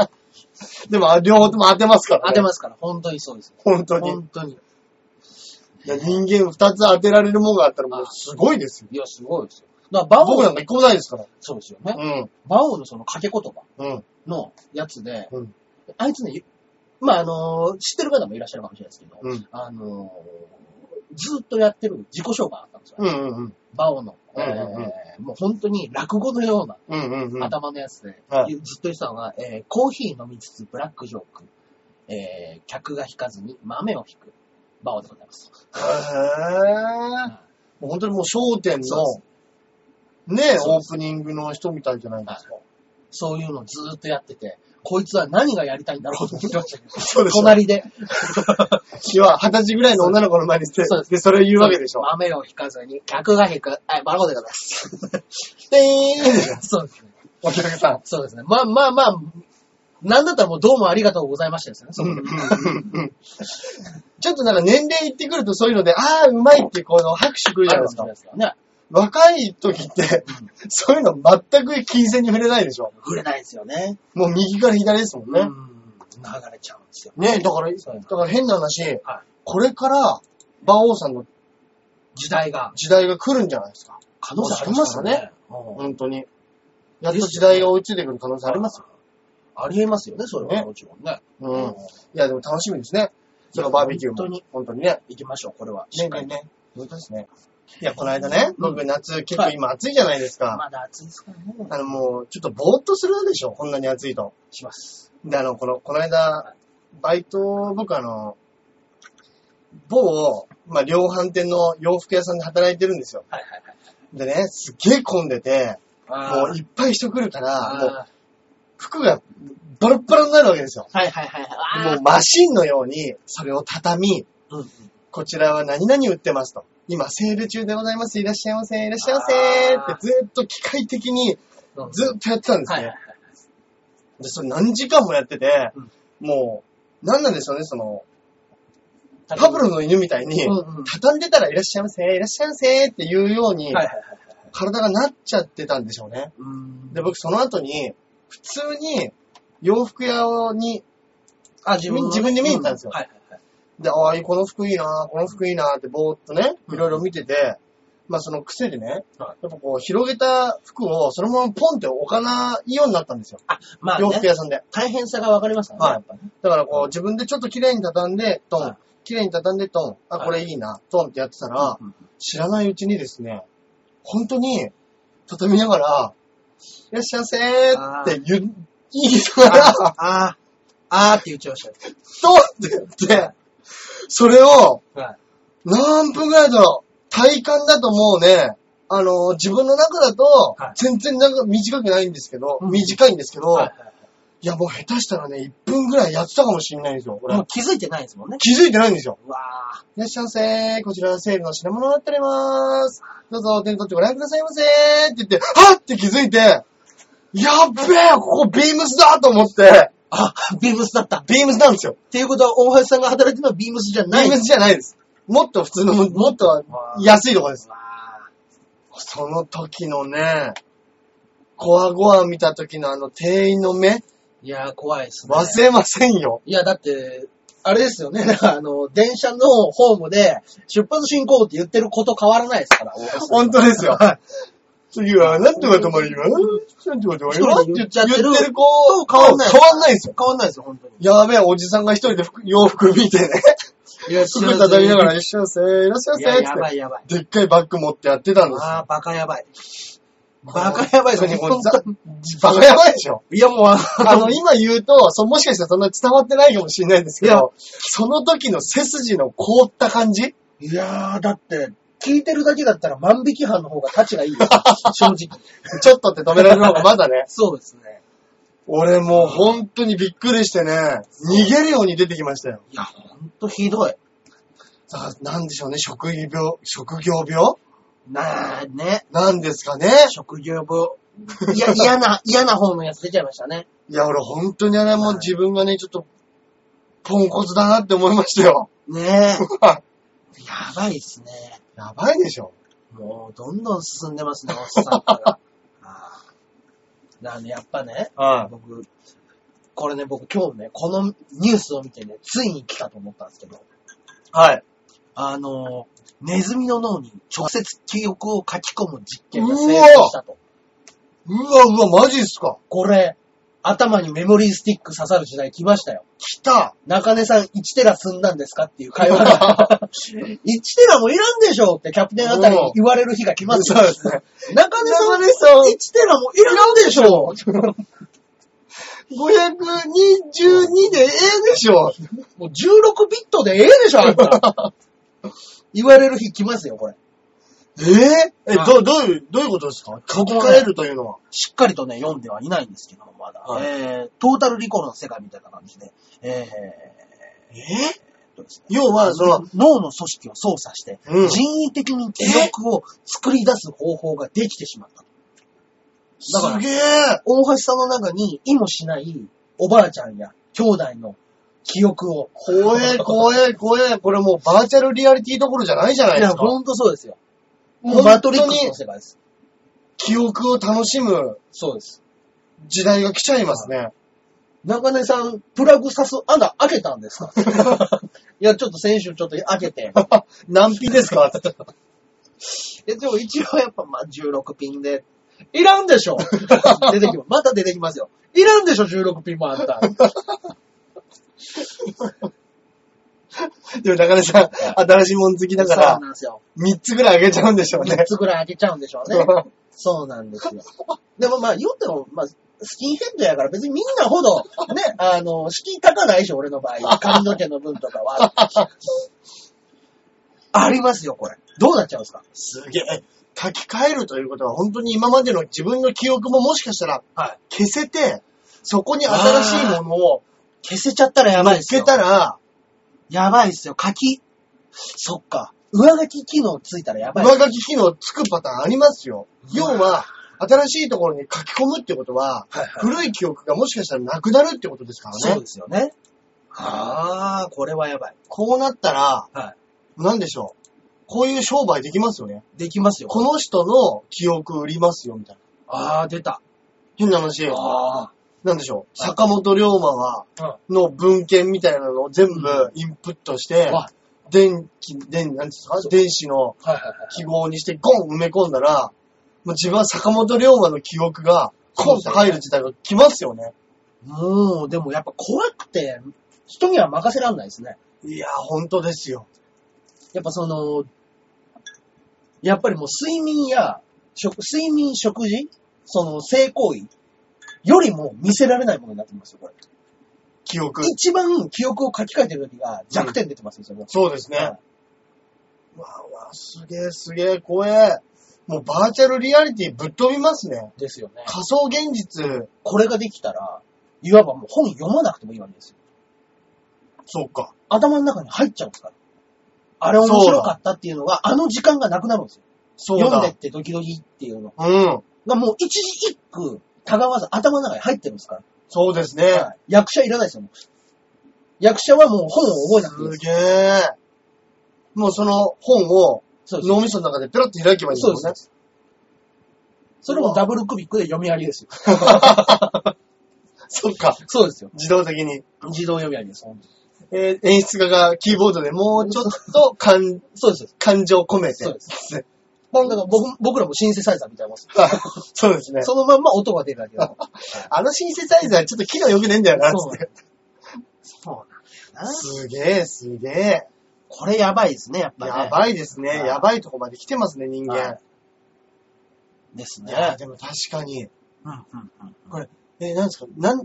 B: でも、両方とも当てますから、ね。
A: 当てますから、本当にそうです。
B: 本当に。
A: 本当に。
B: いや人間二つ当てられるもんがあったらもうすごいですよ。
A: いや、すごいですよ。だから、バ
B: 僕
A: オ
B: なんか一個もないですから。
A: そうですよね。
B: うん。
A: バオのその掛け言葉
B: うん。
A: のやつで、
B: うん
A: あいつね、まあ、あの、知ってる方もいらっしゃるかもしれないですけど、
B: うん。
A: あの、ずっとやってる自己紹介あったんですよ。
B: うんうんうん。
A: バオの、えー
B: うんうん
A: もう本当に落語のような
B: うんうんうん。
A: 頭のやつで、
B: はい
A: ずっと言ってたのが、えーコーヒー飲みつつブラックジョーク、えー客が引かずに豆を引く、バオでございます。
B: へえ。もう本当にもう商店
A: そう
B: の、ね、
A: そう
B: オ
A: で
B: ープニングの人みたいじゃないですか。
A: そういうのをずーっとやってて、こいつは何がやりたいんだろうと思ってましたけど、
B: そうでしょ
A: 隣で。
B: 私は二十歳ぐらいの女の子の前にして
A: そうで、
B: で、それを言うわけでしょ。
A: 豆を引かずに、客が引く。はい、バラコでござい ます。
B: でーん
A: そうですね。
B: お客さん。
A: そうですね。まあまあまあ、なんだったらもうどうもありがとうございましたですよね。そこで
B: ちょっとなんか年齢いってくるとそういうので、ああ、うまいってこの拍手くるじゃないですか。
A: すか。ね。
B: 若い時って、そういうの全く金銭に触れないでしょ。
A: 触れないですよね。
B: もう右から左ですもん
A: う
B: ね。
A: ん。流れちゃうんですよ。
B: ねだから、
A: そういうの
B: だから変な話、これから、馬王さんの
A: 時代が。
B: 時代が来るんじゃないですか。
A: 可能性ありますよね。うん
B: 本当に。やっと時代が追いついてくる可能性ありますよ。
A: ありえますよね、それは。もちろんね。
B: うん。いや、でも楽しみですね。そのバーベキューも。
A: 本当に。
B: 本当にね。
A: 行きましょう、これは。
B: ね
A: か
B: ね
A: り
B: ね。本当ですね。いや、この間ね、
A: うん
B: 僕夏、結構今暑いじゃないですか。
A: まだ暑いですからね。
B: あの、もう、ちょっとぼーっとするでしょ。こんなに暑いと。
A: します。
B: で、あの、この、この間、バイト、僕あの、某、まあ、量販店の洋服屋さんで働いてるんですよ。
A: はいは
B: でね、すっげえ混んでて、
A: いはい。
B: もういっぱい人来るから、もう
A: は
B: 服がバラッバラになるわけですよ。
A: いはいはい。
B: もうマシンのように、それを畳み、
A: う、うん。
B: こちらは何々売ってますと。今、セール中でございます。いらっしゃいませ。いらっしゃいませ。
A: あー
B: ってずーっと機械的にずーっとやってたんですね。
A: はいはい
B: で、それ何時間もやってて、
A: うん
B: もう、何なんでしょうね、その、
A: はい。
B: パブロの犬みたいに、
A: うんうん
B: 畳んでたらいらっしゃいませ、いらっしゃいませっていうように、
A: はいはいはい。
B: 体がなっちゃってたんでしょうね。
A: うん
B: で、僕その後に、普通に洋服屋に、あ、自分自分で見に行ったんですよ。
A: はいはいはい。
B: で、ああ、この服いいな、この服いいなってぼーっとね、
A: うん
B: いろいろ見てて、まあその癖でね、や
A: は
B: っぱこう広げた服をそのままポンって置かないようになったんですよ。
A: あ、まあ、
B: 洋服
A: ね、
B: 屋さんで。
A: 大変さが分かりますからね、
B: はい
A: やっぱね。
B: だからこう、自分でちょっと綺麗に畳んで、ト
A: は
B: ン
A: い。
B: 綺麗に畳んで、トン。あ、
A: はい
B: これいいな、トンってやってたら、
A: うん
B: 知らないうちにですね、本当に、畳みながら、いらっしゃいませーって言う、言いながら、
A: あー、あーって言っちゃいましたよ。
B: トンって言って、それを、
A: はい。
B: 何分ぐらいだろう、体感だともうね、あのー自分の中だと
A: はい、
B: 全然なんか短くないんですけど、
A: うん
B: 短いんですけど、
A: はい
B: い
A: は、
B: やもう下手したらね、1分ぐらいやってたかもしれないんですよ、こ
A: いはい。も
B: れ
A: う。気づいてないですもんね。
B: 気づいてないんですよ。
A: うわ
B: いらっしゃいませこちらセールの品物になっております。どうぞお手に取ってご覧くださいませって言って、はっって気づいて、やっべえここビームスだと思って、
A: ー。あ、ビームスだった。っ
B: ビームスなんですよ。
A: ていうことは、大橋さんが働いてるのはビームスじゃ
B: ビ
A: ない。
B: ームスじゃないです。もっと普通の、もっと安いとこです。
A: わ
B: その時のね、コワゴワ見た時のあの店員の目、
A: ーいやー、怖いですね。
B: 忘れませんよ。
A: いや、だって、あれですよね。 だから、あの、電車のホームで、出発進行って言ってること変わらないですから、大橋さん
B: 本当ですよ。次は、なんとか止まります。なんとか止まりま
A: 一
B: す。
A: 人で言っちゃってる
B: 言ってる子
A: と変わんない
B: 変わんないですよ。
A: 変わんないですよ、本当に。
B: やべえ、おじさんが一人で服洋服見てね、
A: いや、
B: 服畳みながら、
A: い
B: 一緒せいらっしゃいま
A: や、
B: せっ
A: やば
B: つ
A: いやばい。
B: って、でっかいバッグ持ってやってたんですよ。
A: あー、バカやばい。バカやばいですね、
B: 本当
A: 本
B: にざ
A: 当に。
B: バカやばいでしょ。
A: いや、もう、あ
B: あの、今言うと、そもしかしたらそんな伝わってないかもしれないんですけ
A: いや
B: ど、その時の背筋の凍った感じ
A: いやー、だって、聞いてるだけだったら万引き犯の方が立ちがいいよ。 正直。。
B: ちょっとって止められる方がまだね
A: そうですね。
B: 俺もう本当にびっくりしてね、逃げるように出てきましたよ。
A: いや、ほんとひどい。
B: さあ、なんでしょうね、職業病、職業病
A: なあね。
B: なんですかね。
A: 職業病。いや、嫌な、嫌な方のやつ出ちゃいましたね。
B: いや、俺本当にあれも自分がね、ちょっと、ポンコツだなって思いました よ。
A: ねえ。やばいっすね。
B: やばいでしょ。
A: もう、どんどん進んでますね、おっさん から。あーだからね、やっぱね、
B: は
A: 僕、これね、僕今日ね、このニュースを見てね、ついに来たと思ったんですけど、
B: い。はい。
A: あの、ネズミの脳に直接記憶を書き込む実験が
B: うわ
A: 成功したと。
B: うわうわ、マジっすか。
A: これ、頭にメモリースティック刺さる時代来ましたよ。
B: 来た。
A: 中根さん1テラ積んだんですかっていう会話が。1テラもいらんでしょうってキャプテンあたりに言われる日が来ますよ。
B: そうですね。
A: 中根さん
B: 中
A: 1
B: 根さん
A: テラもいらんでしょう
B: 522でええでしょ。
A: もう16ビットでええでしょ、あんた。言われる日来ますよ、これ。
B: えええ、
A: はい
B: ど、どういう、どういうことですか書き換えるというのは。
A: しっかりとね、読んではいないんですけども、まだ。
B: はい
A: えー、トータルリコールの世界みたいな感じで、えー、え
B: え
A: ーとですね
B: 要は、その、
A: 脳の組織を操作して、
B: うん
A: 人為的に記憶を作り出す方法ができてしまった。だか
B: す
A: ら
B: げえ。
A: 大橋さんの中に意もしないおばあちゃんや兄弟の記憶を。
B: 怖 え、怖え、怖え。これもうバーチャルリアリティどころじゃないじゃない
A: い
B: で
A: や、
B: すか。
A: ほんとそうですよ。も
B: 本
A: うマト
B: 当に
A: リックスの世界です。
B: 記憶を楽しむ
A: そうです。
B: 時代が来ちゃいますね。
A: 中根さん、プラグ刺す穴開けたん ですかいや、ちょっと先週ちょっと開けて。
B: 何ピですか って
A: え、でも一応やっぱ、まあ、16ピンで。いらんでしょ 出てきます。また出てきますよ。いらんでしょ ?16 ピンもあ んた。
B: でも中根さん、新しいもん好きだか
A: そう
B: ら、
A: なんですよ。
B: 3つぐらいあげちゃうんでしょう
A: 3
B: ね。
A: つぐらい開けちゃうんでしょ うね。そうなんですよ。でもまあ、言っても、まあ、スキンヘッドやから別にみんなほ ど、ね、あの、敷居高ないでしょ、俺の場 合。髪の毛の分とか は。ありますよ、これ。どうなっちゃうんですか
B: すげえ。書き換えるということは、本当に今までの自分の記憶ももしかしたら
A: はい。
B: 消せて、そこに新しいものを
A: 消せちゃったらやばいっす
B: 消
A: よ
B: け。たら、
A: やばいっすよ、書き。そっか。上書き機能ついたらやばい。
B: 上書き機能つくパターンありますよ。要は、新しいところに書き込むってことは、
A: はい
B: 古い記憶がもしかしたらなくなるってことですから
A: そう
B: ね
A: で。すよね。ああ、これはやばい。
B: こうなったら、
A: は
B: なんでしょう。こういう商売できますよね。
A: い。できますよ。
B: この人の記憶売りますよ、みたいな。
A: ああ、出た。
B: 変な話。
A: ああ。
B: なんでしょう。坂本龍馬は、の文献みたいなのを全部インプットして、
A: は
B: 電気、電、なんていうんですか電子の
A: はいはいはい。
B: 記号にしてゴン埋め込んだら、もう自分は坂本龍馬の記憶が、コンって入る時代が来ますよね。
A: もう、でもやっぱ怖くて、人には任せらんないですね。
B: いや、本当ですよ。
A: やっぱその、やっぱりもう睡眠や、食、睡眠、食事、その性行為よりも見せられないものになってますよ、これ。
B: 記憶。
A: 一番記憶を書き換えてる時が弱点出てますよ、それは
B: そうですね。
A: は
B: わあわあ、すげえすげえ、怖え。もうバーチャルリアリティぶっ飛びますね。
A: いですよね。
B: 仮想現実。
A: これができたら、いわばもう本読まなくてもいいわけですよ。
B: そうか。
A: 頭の中に入っちゃうんですから。あれ面白かったっていうのが、あの時間がなくなるんですよ。
B: そうだ。
A: 読んでってドキドキっていうの
B: うん。
A: がもう一字一句、たがわず頭の中に入ってるんですから。
B: そうですね。
A: はい役者いらないですよ、もう役者はもう本を覚えなくていいですす。
B: げえ。もうその本を
A: そうです。
B: 脳みその中でペロッと開けばいいん
A: そう
B: で
A: ですす
B: ね。。
A: それもダブルクリックで読み上げですよ。
B: そっか。
A: そうですよ。
B: 自動的に。
A: 自動読み上げです、本当に
B: えー演出家がキーボードでもうちょっと感、
A: そうです。
B: 感情込めて。
A: そうです。だから僕僕らもシンセサイザーみたいなもんですよ
B: あ そうですね。
A: そのまんま音が出るだけだもん
B: あのシンセサイザーちょっと機能良くねえんだよな、
A: そう
B: つって
A: そう なんだよな。
B: すげえ、すげえ。
A: これやばいですね、やっぱり、ね。
B: やばいですね。
A: はい
B: やばいとこまで来てますね、人
A: は
B: 間
A: い。です
B: い
A: ね。
B: や、でも確か
A: う
B: に。
A: んうんうん
B: えー、なんですかなん、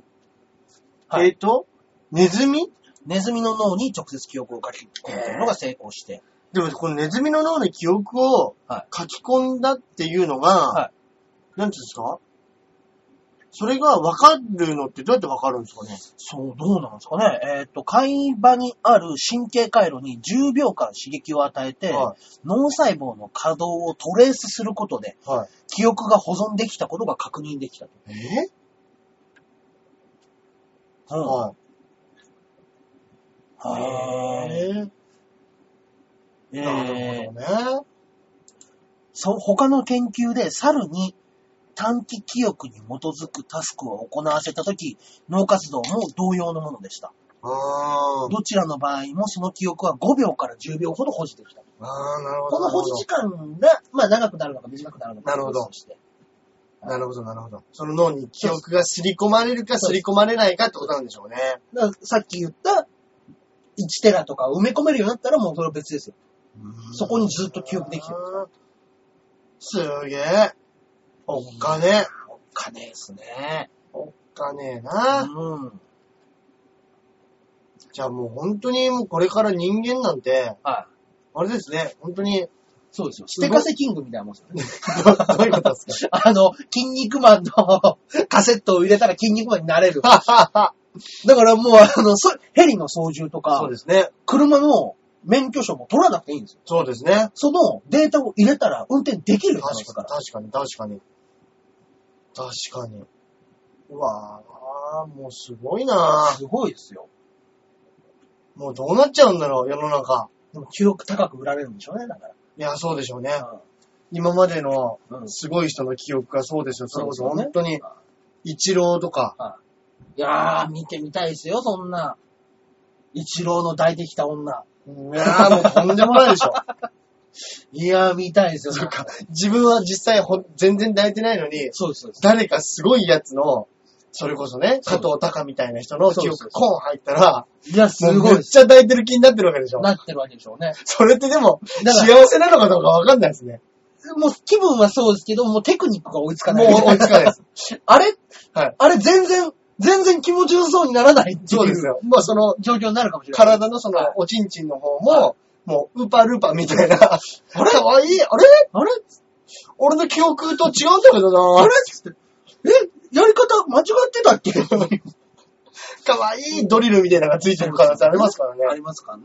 A: はい
B: えっと、ネズミ
A: ネズミの脳に直接記憶を書き込むというのが成功して。
B: でも、このネズミの脳の記憶を
A: は
B: 書き込んだっていうのが、
A: は
B: なんていうんですかそれが分かるのってどうやって分かるんですかね
A: そう、どうなんですかね。えーっ、と、海馬にある神経回路に10秒間刺激を与えて、
B: は
A: 脳細胞の稼働をトレースすることで、
B: は
A: 記憶が保存できたことが確認できたと。
B: い。えはい。
A: はい。
B: えー
A: え
B: な
A: ー
B: るほどね。
A: そう、他の研究で猿に短期記憶に基づくタスクを行わせたとき、脳活動も同様のものでした。
B: あー
A: どちらの場合もその記憶は5秒から10秒ほど保持できた。
B: あー、なるほ
A: こ
B: ど。
A: の保持時間が、まあ長くなるのか短くなるのか。
B: なるほど
A: 別として
B: なるほど、なるほど。その脳に記憶が刷り込まれるか刷り込まれないかってことなんでしょうね。
A: だからさっき言った1テラとかを埋め込めるようになったらもうそれは別ですよ。そこにずっと記憶できる。
B: あー。すげえ。おっかねえ。
A: お金ですね。
B: おっかねえ
A: う
B: な。
A: ん。
B: じゃあもう本当にもうこれから人間なんて、
A: はい。
B: あれですね、本当に、
A: そうですよ。ステカセキングみたいなもんですよね。
B: どどういうことです
A: あの、筋肉マンのカセットを入れたら筋肉マンになれる。だ
B: か
A: からもう、あの、そヘリの操縦と
B: そ
A: か
B: う、ですね。
A: 車の免許証も取らなくていいんですよ。
B: そうですね。
A: そのデータを入れたら運転できるようになるんで
B: 確
A: すか
B: かに、
A: ら。
B: 確かに、確かに。確かに。うわあーもうすごいな
A: すごいですよ。
B: もうどうなっちゃうんだろう、世の中。
A: でも9億高く売られるんでしょうね、だか
B: いや、そうでしょうね。
A: ら。
B: 今までの
A: うん。
B: すごい人の記憶がそうですよ。それこそ
A: そうですね
B: 本当に、一郎とか、
A: いやー、見てみたいですよ、そんな。一郎の抱いてきた女。
B: いやーもうとんでもないでしょ。
A: いやー、見たいですよ。
B: そうか。自分は実際ほ全然抱いてないのに、
A: そうです、そうです。
B: 誰かすごいやつの、それこそね、
A: そ
B: 加
A: う
B: 藤隆みたいな人の記
A: そうそ
B: 憶
A: う
B: コーン入ったら、
A: いや、す
B: もう
A: ごい
B: めっ
A: です。
B: ちゃ抱いてる気になってるわけでしょ。
A: なってるわけでしょうね。
B: それってでも、
A: だから
B: 幸せなのかどうかわかんないですね。
A: もう気分はそうですけど、もうテクニックが追い つかな
B: も
A: い。
B: う追いつかないです。
A: あれ、
B: はい
A: あれ全然、全然気持ちよさそうにならないって
B: そう
A: い
B: です
A: う
B: よ。まあその、
A: 状況になるかもしれない。
B: 体のそ
A: はい
B: の、おちんちんの方も、もう、ウーパールーパーみたいな。あれかわいいあれ
A: あれ
B: 俺の記憶と違うんだけど
A: あ
B: な
A: れつって、え、やり方間違ってたっ け
B: かわいいドリルみたいなのがついてる可能性ありますからね。
A: ありますからね。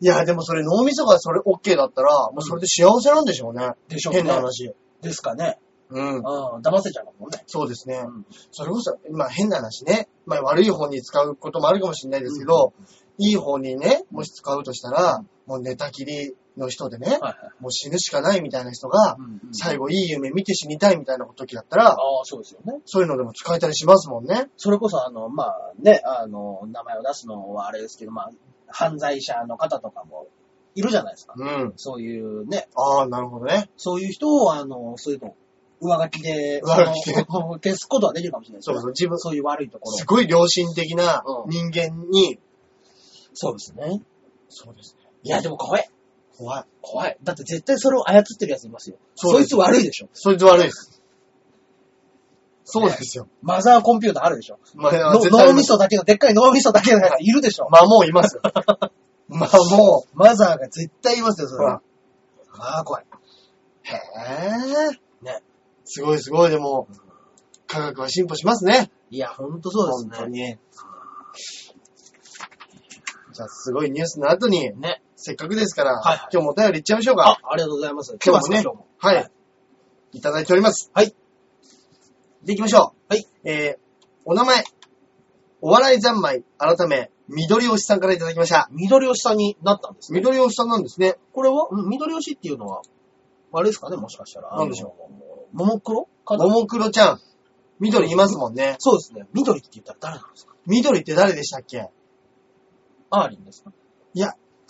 B: いや、でもそれ脳みそがそれ OK だったら、もうそれで幸せなんでしょうね。
A: でしょうね
B: 変な話。
A: ですかね。
B: うん。
A: うん、騙せちゃうもんね。
B: そうですね。
A: ん
B: それこそ、まあ変な話ね。まあ悪い方に使うこともあるかもしれないですけど、いい方にね、もし使うとしたら、もう寝たきりの人でね、
A: はいはい。
B: もう死ぬしかないみたいな人が、最
A: 後。
B: 後いい夢見て死にたいみたいな時だったら、
A: ああ、そうですよね。
B: そういうのでも使えたりしますもんね。
A: それこそ、あの、まあね、あの、名前を出すのはあれですけど、まあ、犯罪者の方とかもいるじゃないですか。
B: うん。
A: そういうね、
B: ああ、なるほどね。
A: そういう人を、あの、そういうの、上書きで、
B: 上書きで
A: その消すことはできるかもしれないです
B: そ
A: ね
B: うそう、自分、
A: そういう悪いところ
B: す。ごい良心的な
A: うん
B: 人間に、
A: そうですね。
B: そうですね。
A: いや、でも怖い。
B: 怖い。
A: 怖い。だって絶対それを操ってるやついますよ。
B: そう
A: そ
B: で
A: い
B: す
A: つ悪いでしょ。
B: そいつ悪いです。そうですよ。
A: マザーコンピューターあるでしょ。
B: まあ
A: の脳みそだけの、でっかい脳みそだけのやついるでしょ。
B: まあもういますよ。まあも
A: マザーが絶対いますよ、それは。ああ、怖い。
B: う。へえ。
A: ね。
B: すごいすごい、でも、科学は進歩しますね。
A: いや、ほんとそうですね。
B: 本当に。じゃあ、すごいニュースの後に、
A: ね。
B: せっかくですから、
A: はいはい
B: 今日もお便りいっちゃいましょう
A: あ
B: か。、
A: ありがとうございます。
B: 今日もね
A: 来てますか今日も。
B: はい。いただいております。
A: はい。
B: で、行きましょう。
A: はい。
B: えー、お名前、お笑い三昧、改め、緑推しさんからいただきました。
A: 緑押しさんになったんですね。
B: 緑推しさんなんですね。
A: これは、うん緑押しっていうのは、あれですかね、もしかしたら。
B: なんでしょ
A: う。ももクロか
B: ももクロちゃん。緑いますもんね。
A: そうですね。緑って言ったら誰なんですか
B: 緑って誰でしたっけ
A: アーリンですか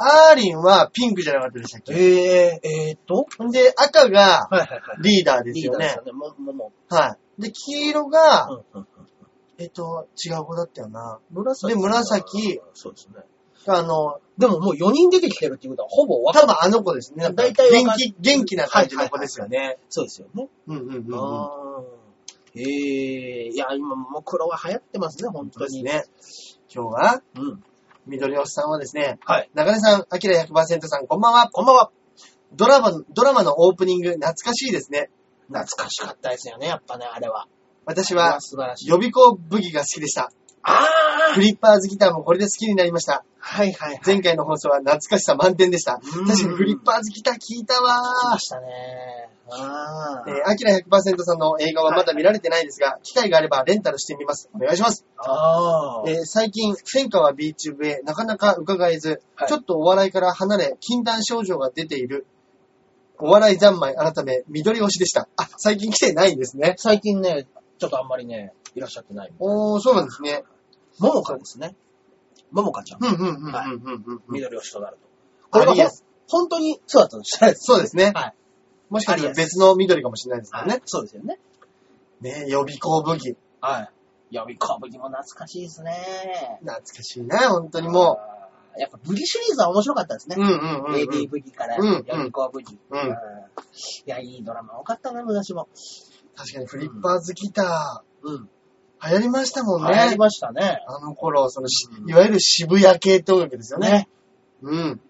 B: アーリンはピンクじゃなかったでしたっけ
A: えー、えーっと。
B: ほんで、赤が
A: はいはいは
B: リーダー
A: い。
B: で
A: い
B: す
A: い
B: よ
A: です
B: ね
A: よ。ね。も、もも。
B: はい。で、黄色が、
A: うんうんうん
B: えっと、違う子だったよな。
A: 紫。
B: で紫。
A: そうですね。
B: あの、
A: でももう4人出てきてるっていうことはほぼ分か
B: 多分あの子ですね。なんか
A: 大体わ
B: 元
A: かる
B: 気、元気な感じの子ですよね。
A: そうですよね。
B: うんうんうんうん。
A: ああ。えー、いや、今、ももクロは流行ってますね、本
B: そう
A: 当
B: です
A: に。
B: ね。今日は、
A: うん。
B: 緑おっさんはですね、
A: はい。
B: 中根さん、アキラ100%さん、こんばんは。こんばんは。ドラマ、ドラマのオープニング、懐かしいですね。
A: 懐かしかったですよね、やっぱね、あれは。
B: 私
A: あれ
B: は、
A: 素晴らしい。
B: 予備校武器が好きでした。
A: ああ
B: フリッパーズギターもこれで好きになりました。
A: はいはいはい。
B: 前回の放送は懐かしさ満点でした。
A: うん
B: 確かにフリッパーズギター聞いた
A: 来
B: わ
A: ましたね。ああ、
B: ー。えー、アキラ100%さんの映画はまだ見られてないですが、機会があればレンタルしてみます。お願いします。
A: ああ。
B: えー最近、戦火は B チューブへなかなか伺えず、
A: はい
B: ちょっとお笑いから離れ、禁断症状が出ている、お笑い三昧改め、緑推しでした。あ、最近来てないんですね。
A: 最近ね、ちょっとあんまりね、いらっしゃってない。
B: おー、そうなんですね。
A: ももかですね。ももかちゃん
B: う。んうんうんうん
A: はい
B: うんうん。
A: 緑をしとなると。
B: あ
A: これ
B: り
A: が
B: が
A: ほん本当にそうだったの知らないです。
B: そうですね。
A: はい
B: もしかしたら別の緑かもしれないですよ
A: ね
B: ね。。
A: そうですよね。
B: ね予備校武器。
A: はい。予備歌舞伎も懐かしいですね。
B: 懐かしいな、本当にも
A: あーやっぱ武器シリーズは面白かったですね
B: う。う。んうんうん、う
A: AD
B: ん。
A: 武器から
B: うんうん
A: 予備校武器。
B: うん
A: いや、いいドラマ多かったな、昔も。
B: 確かにフリッパーズギタ
A: うん。
B: ー、流行りましたもん
A: あり
B: ね。
A: ましたね。
B: あの頃、そのし
A: う、ん
B: いわゆる渋谷系って音楽ですよね。
A: ね。
B: うん。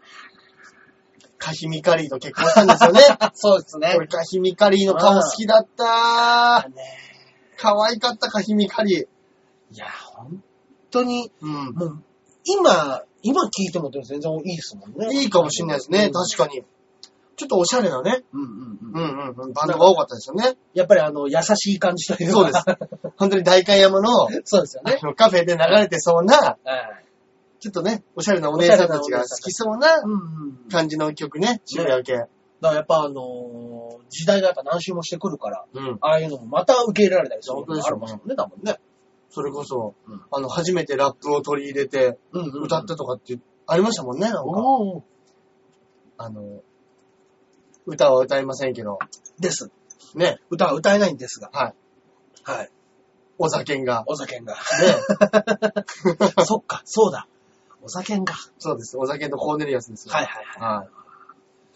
B: カヒミカリーと結婚したん ですよね。
A: そうですね。
B: 俺カヒミカリーの顔好きだったー。可愛かったカヒミカリー。
A: いや、本当に、
B: うん。
A: もう、今、今聞いてもでも全然いいですもんね。
B: いいかもしれないですね。確かに。ちょっとおしゃれなね。
A: うんうんうん
B: う。んうんうん。バンドが多かったですよね。
A: やっぱりあの、優しい感じというか。
B: そうです。本当に代官山の、
A: そうですよね。
B: あのカフェで流れてそうな、
A: はい。
B: ちょっとね、おしゃれなお姉さんたちが好きそうな
A: うんうん。だか
B: 感じの曲ね、渋谷系。
A: らやっぱあのー時代がやっぱ何周もしてくるから、
B: うん。
A: ああいうのもまた受け入れられたりすることがある
B: 本
A: もん
B: 当
A: ね
B: で、
A: 多分ね。
B: それこそ
A: うん、
B: あの、初めてラップを取り入れて、
A: うん
B: 歌ったとかって、ありましたもんね、なんか。
A: おー
B: あの、歌は歌いませんけど、
A: です。
B: ね、
A: 歌は歌えないんですが。
B: はい。
A: はい。
B: お酒が。
A: お酒が。
B: ね、
A: そっか、そうだ。お酒が。
B: そうです。お酒のコーネリアスですよ。
A: はいはいは
B: はい。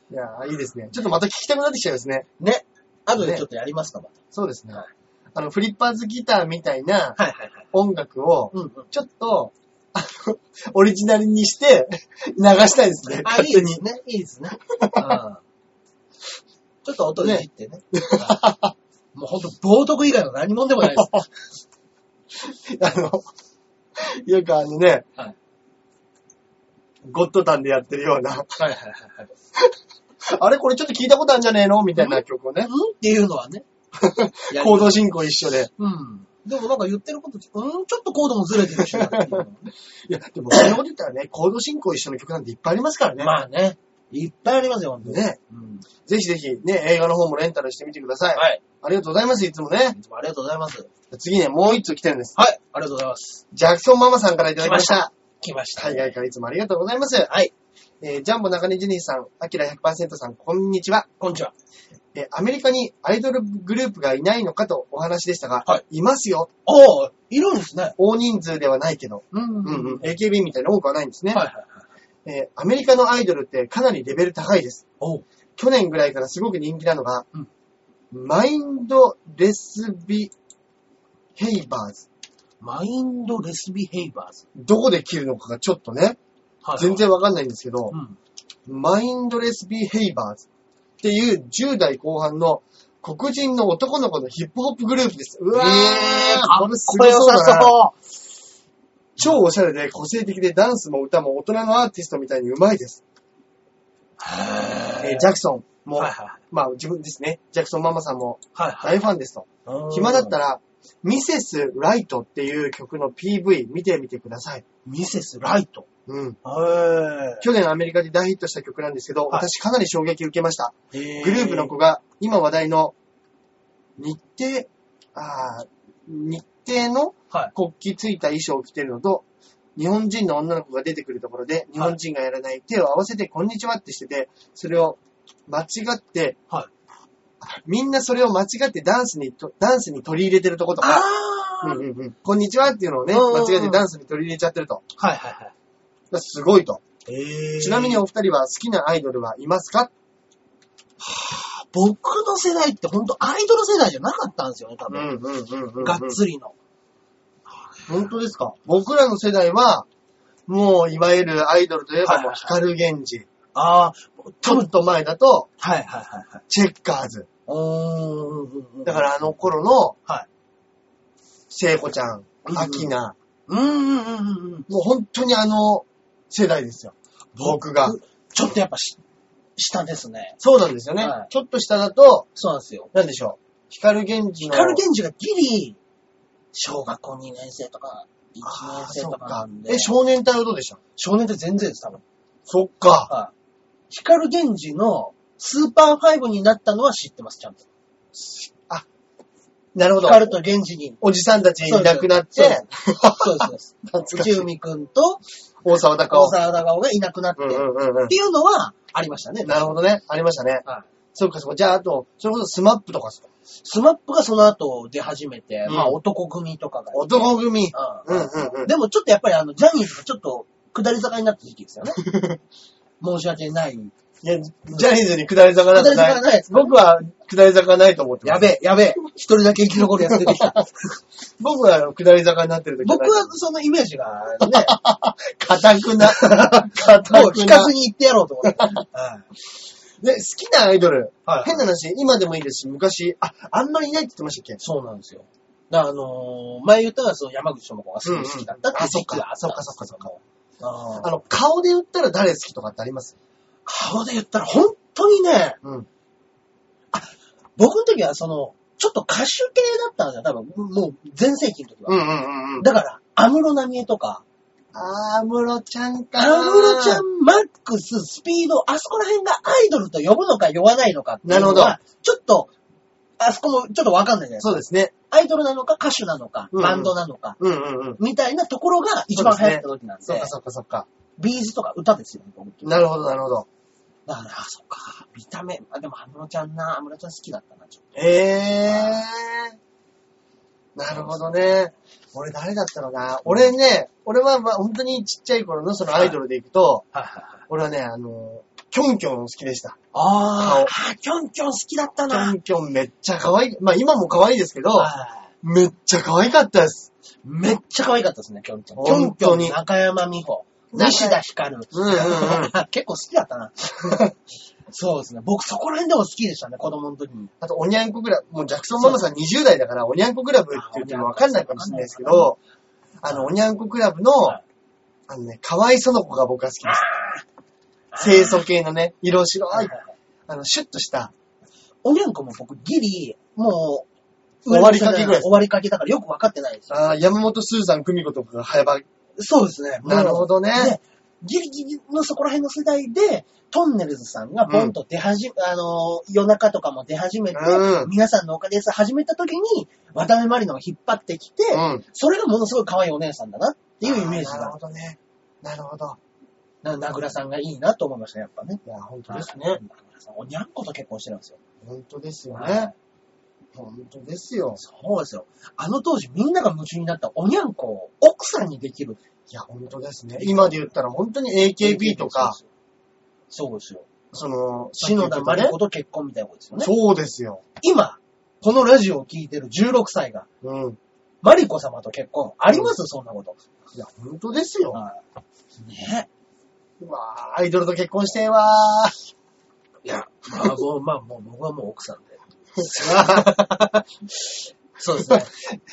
B: いやー、いいですね。ちょっとまた聞きたくなってきちゃいますね。
A: い。ね。あと
B: ね
A: でちょっとやりますか、ま
B: そうですね
A: はい。
B: あの、フリッパーズギターみたいな
A: た。はいはいはい。
B: 音楽を、
A: うんうん。
B: ちょっと、あの、 オリジナルにして、流したいですね。
A: あ、
B: 勝
A: いい
B: 手
A: で
B: に
A: す。ね。いいですね。うんちょっと音で切ってね。 はいもうほんと、冒涜以外の何もんでもないです。
B: あの、よくあのね、
A: はい
B: ゴッドタンでやってるような、
A: はいはいはいはい。
B: あれこれちょっと聞いたことあるんじゃねえのみたいな曲をね、
A: うんっていうのは ね。やり
B: 行動進行一緒で。
A: うん。でもなんか言ってること、うん、ちょっとコードもずれてるしなっていうのもね
B: いや、でもそんなこと言ったらね、行動進行一緒の曲なんていっぱいありますからね。
A: まあね。いっぱいありますよ、ほんとに。
B: ね、
A: うん。
B: ぜひぜひね、映画の方もレンタルしてみてください。
A: はい。
B: ありがとうございます、いつもね。
A: いつもありがとうございます。
B: 次ね、もう一通来てるんです。
A: はい。ありがとうございます。
B: ジャクソンママさんからいただきました。
A: 来ました。
B: 海外からいつもありがとうございます。
A: はい。
B: えージャンボ中根ジェニーさん、アキラ100%さん、こんにちは。
A: こんにちは。
B: えーアメリカにアイドルグループがいないのかとお話でしたが、、
A: はい
B: ますよ。
A: ああ、いるんですね。
B: 大人数ではないけど、
A: うん
B: うんうん、
A: は
B: AKB みたいな多くはないんですね、
A: いはいはい。
B: えーアメリカのアイドルってかなりレベル高いです。
A: おう
B: 去年ぐらいからすごく人気なのが、
A: うん
B: マインドレスビヘイバーズ。
A: マインドレスビヘイバーズ。
B: どこで切るのかがちょっとね、
A: は
B: 全。然わかんないんですけど
A: う、ん。
B: マインドレスビヘイバーズっていう10代後半の黒人の男の子のヒップホップグループです。うわー、
A: えーかっ
B: これす
A: こ
B: ご
A: よ
B: そう
A: さ
B: だな。
A: そ
B: 超オシャレで個性的でダンスも歌も大人のアーティストみたいに上手いです。
A: う。
B: えージャクソンも、
A: はいはい
B: まあ自分ですね、ジャクソンママさんも
A: はいはい。
B: 大ファンですと。暇だった
A: ら。
B: ら、ミセス・ライトっていう曲の PV 見てみてください。
A: ミセスライト。
B: うん。
A: へ
B: 去年アメリカで大ヒットした曲なんですけど、
A: はい
B: 私かなり衝撃受けました。
A: え
B: グループの子が今話題の日程、あー日程の
A: はい
B: 国旗ついた衣装を着てるのと、日本人の女の子が出てくるところで、日本人がやらない手を合わせてこんにちはってしてて、それを間違って、
A: は
B: みんなそれを間違ってダンスにと、ダンスに取り入れてるとこと
A: あ
B: か、
A: あ
B: う
A: はい
B: んうんうん、こんにちはっていうのをね、
A: うんうんう
B: 間
A: ん
B: 違えてダンスに取り入れちゃってると。
A: はいは
B: すごいと。
A: い。え
B: ちなみにお二人は好きなアイドルはいますか
A: 僕の世代って本当アイドル世代じゃなかったんですよね、多
B: うん
A: 分。
B: うんうんうんうん。
A: がっつりの。
B: 本当ですか僕らの世代は、もう、いわゆるアイドルといえばもう、
A: はい
B: 光源氏。
A: ああ、
B: ちょっと前だと、
A: はいはいはいはい。
B: チェッカーズ。
A: うーん。
B: だからあの頃の、
A: はい
B: 聖子ちゃん、
A: うん
B: アキナ、
A: うんうんうんうんうん。
B: もう本当にあの世代ですよ。僕が。
A: ちょっとやっぱし、下ですね。
B: そうなんですよね。
A: はい
B: ちょっと下だと、
A: そうなんですよ。
B: なんでしょう。光源氏の。
A: 光源氏がギリ、小学校2年生とか、1
B: あ
A: 年
B: あ、
A: 生
B: そ
A: と
B: っ
A: かな
B: か
A: ん。で。
B: え、少年隊はどうでした
A: 少年って全然です、多分。
B: そっか。
A: はい。光源氏のスーパーファイブになったのは知ってます、ちゃんと。
B: なるほど。
A: 光と源氏に。
B: おじさんたちいなくなっ
A: そうで
B: て、
A: そうですそうです。
B: 懐かし
A: 内
B: い
A: 海くんと
B: 大沢たか
A: 大
B: お。
A: 沢長尾がいなくなって、
B: うんう
A: っ
B: んうんうん
A: て。いうのはありましたね。
B: なるほどね。ありましたね。
A: はい
B: そうかそうか。じゃあ、あと、それこそスマップとかっすか
A: スマップがその後出始めて、
B: うん
A: まあ男組とかがいて。
B: 男組。
A: う
B: うん
A: ん
B: うんうん。
A: でもちょっとやっぱりあの、ジャニーズがちょっと下り坂になった時期 ですよね。申し訳ない。
B: いや、ジャニーズに下り坂なんて
A: 下り坂ない
B: な
A: で
B: い
A: す。
B: 僕は下り坂ないと思ってま
A: や
B: す。
A: べえ、やべえ。一人だけ生き残るやつ出てきた。
B: 僕は下り坂になってる時
A: 僕はそのイメージが ね、
B: かたく な。か
A: も
B: た
A: う
B: く
A: 聞
B: な
A: かず。に言ってやろうと思 って。はい
B: で、好きなアイドル。
A: はい
B: 変な話、今でもいいですし、昔、あ、あんまりいないって言ってましたっけ
A: そうなんですよ。だからあのー前言ったらその山口智子がすごい好きだったっていう時期があったんですけども。あー
B: あの、顔で言ったら誰好きとかってあります
A: 顔で言ったら本当にね、
B: うん
A: あ僕の時はその、ちょっと歌手系だったんですよ。多分、もう、全盛期の時は。
B: うんうんうんうん。
A: だから、安室奈美恵とか、
B: あー、ムロちゃんか
A: 安室ちゃん、マックス、スピード、あそこら辺がアイドルと呼ぶのか呼ばないのかっていうのは
B: なるほ
A: ちょっと、あそこもちょっとわかんないじゃないですか。
B: そうですね。
A: アイドルなのか歌手なのか、
B: うん
A: バンドなのか、
B: うんうんうん。
A: みたいなところが一番流行ってた時なんで、
B: そっかそっかそっか。
A: ビーズとか歌ですよ、僕
B: なるほどなるほど。
A: だから、あそっか、見た目、あ、でも安室ちゃんな、安室ちゃん好きだったな、ちょっと。
B: えー。なるほどね。俺誰だったのかな俺ね、俺はまあ本当にちっちゃい頃のそのアイドルで行くと、
A: はいはいはい。
B: 俺はね、あの、キョンキョン好きでした。
A: あーあー、キョンキョン好きだった
B: キョ
A: な。
B: ンキョンめっちゃ可愛い。まあ今も可愛いですけど、
A: はい
B: めっちゃ可愛かったです。
A: めっちゃ可愛かったですね、キョンキョン。キョン
B: 本
A: キョ
B: 当
A: ン
B: に
A: 中山美穂、
B: 中
A: 西田ひかる。
B: うんうんうん。
A: 結構好きだったな。そうですね。僕そこら辺でも好きでしたね、子供の時に。
B: あと、おにゃんこクラブ、もうジャクソンママさん20代だから、おにゃんこクラブって言ってもわかんないかもしれないですけど、あの、おにゃんこクラブの、
A: はい
B: あのね、かわいその子が僕は好きです。清楚系のね、色白い、あの、シュッとした。
A: おにゃんこも僕ギリ、もう、
B: 終わりかけぐらい
A: 終わりかけだからよく分かってないです。
B: あー山本スーザン久美子とかが早ば、
A: そうですね。
B: なるほどね
A: でギリギリのそこら辺の世代で、トンネルズさんがポンと出始め、あの、夜中とかも出始めて、
B: うん
A: 皆さんのおかげです始めた時に、渡辺マリナを引っ張ってきて、
B: うん。
A: それがものすごい可愛いお姉さんだなっていうイメージ
B: あなる
A: が
B: ほ、どね。なるほど。
A: な名倉さんがいいなと思いましたね、やっぱね。
B: いや、本当
A: で
B: ですす
A: ね
B: ね。。
A: おにゃんこと結婚してるんですよ。
B: 本当ですよ
A: は
B: ね。本当ですよ。
A: そうですよ。あの当時みんなが夢中になったおにゃんこを奥さんにできる。
B: いや、本当ですね。今で言ったら本当に AKB とか、。
A: そうですよ。
B: その、
A: 篠田真理
B: ね
A: 子と結婚みたいなことですよね。
B: そうですよ。
A: 今、このラジオを聞いてる16歳が、
B: うん。
A: マリコ様と結婚、ありますそんなこと。
B: いや、本当ですよ。
A: はいね
B: うわーアイドルと結婚してえわー。
A: いや、まあ、 もう、まあ、もう、僕はもう奥さんで。 そうですね。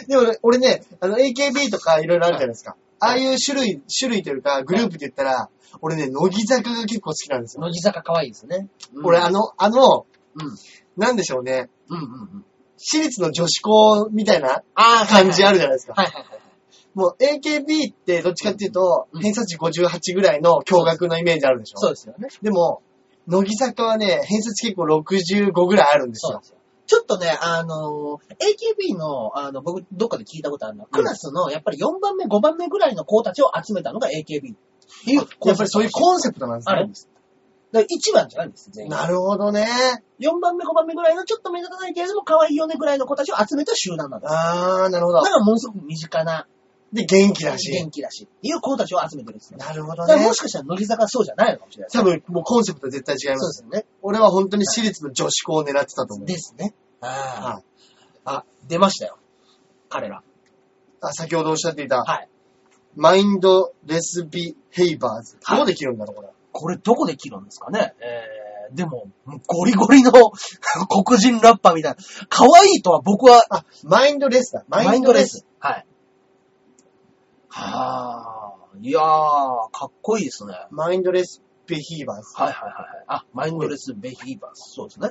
B: でもね、俺ね、あの、AKB とかいろいろあるじゃないですか。ああいう種類、種類というか、グループって言ったら、俺ね、乃木坂が結構好きなんですよ。
A: 乃木坂可愛いですね。うん
B: 俺、あの、あの、
A: うん。
B: なんでしょうね、
A: うんうんうん。
B: 私立の女子校みたいな
A: ああ、
B: 感じあるじゃないですか。
A: はいはいはい。
B: もう AKB ってどっちかっていうと
A: うん、
B: 偏差値58ぐらいの驚愕のイメージあるでしょ。
A: そうですよね。
B: でも、乃木坂はね、偏差値結構65ぐらいあるんです
A: そう
B: よ
A: で。すよ。ちょっとね、あのー、AKB の、あの、僕、どっかで聞いたことあるのは、クラスの、やっぱり4番目、5番目ぐらいの子たちを集めたのが AKB っていう、
B: やっぱりそういうコンセプトなんです
A: あるん
B: ね
A: で。す。だから1番じゃないんです、全員。
B: なるほどね。
A: 4番目、5番目ぐらいのちょっと目立たないけれども、可愛いよねぐらいの子たちを集めた集団なんだ。
B: あー、なるほど
A: だか。らものすごく身近な、
B: で、元気だし。
A: 元気だし、っていう子たちを集めてるんですね。
B: なるほど
A: だから
B: ね
A: も。しかしたら乃木坂はそうじゃないのかもしれないです。
B: 多分、もうコンセプトは絶対違いま。
A: そうですすよね。
B: 俺は本当に私立の女子校を狙ってたと思う。
A: ですね。
B: は
A: あ
B: い。
A: あ。あ、出ましたよ。彼ら。
B: あ、先ほどおっしゃっていた、
A: はい。
B: マインドレスビヘイバーズ。
A: はい
B: どうできるんだろう、これ。
A: これどこで切るんですかねえー、でも、ゴリゴリの 黒人ラッパーみたいな。可愛いとは僕は、
B: あ、マインドレスだ。マインドレス。。
A: はい。はあ、いやー、かっこいいですね。
B: マインドレスビヘイバーズ。
A: はいはいはいはい。あ、マインドレスベヒーバーズ。そうですね。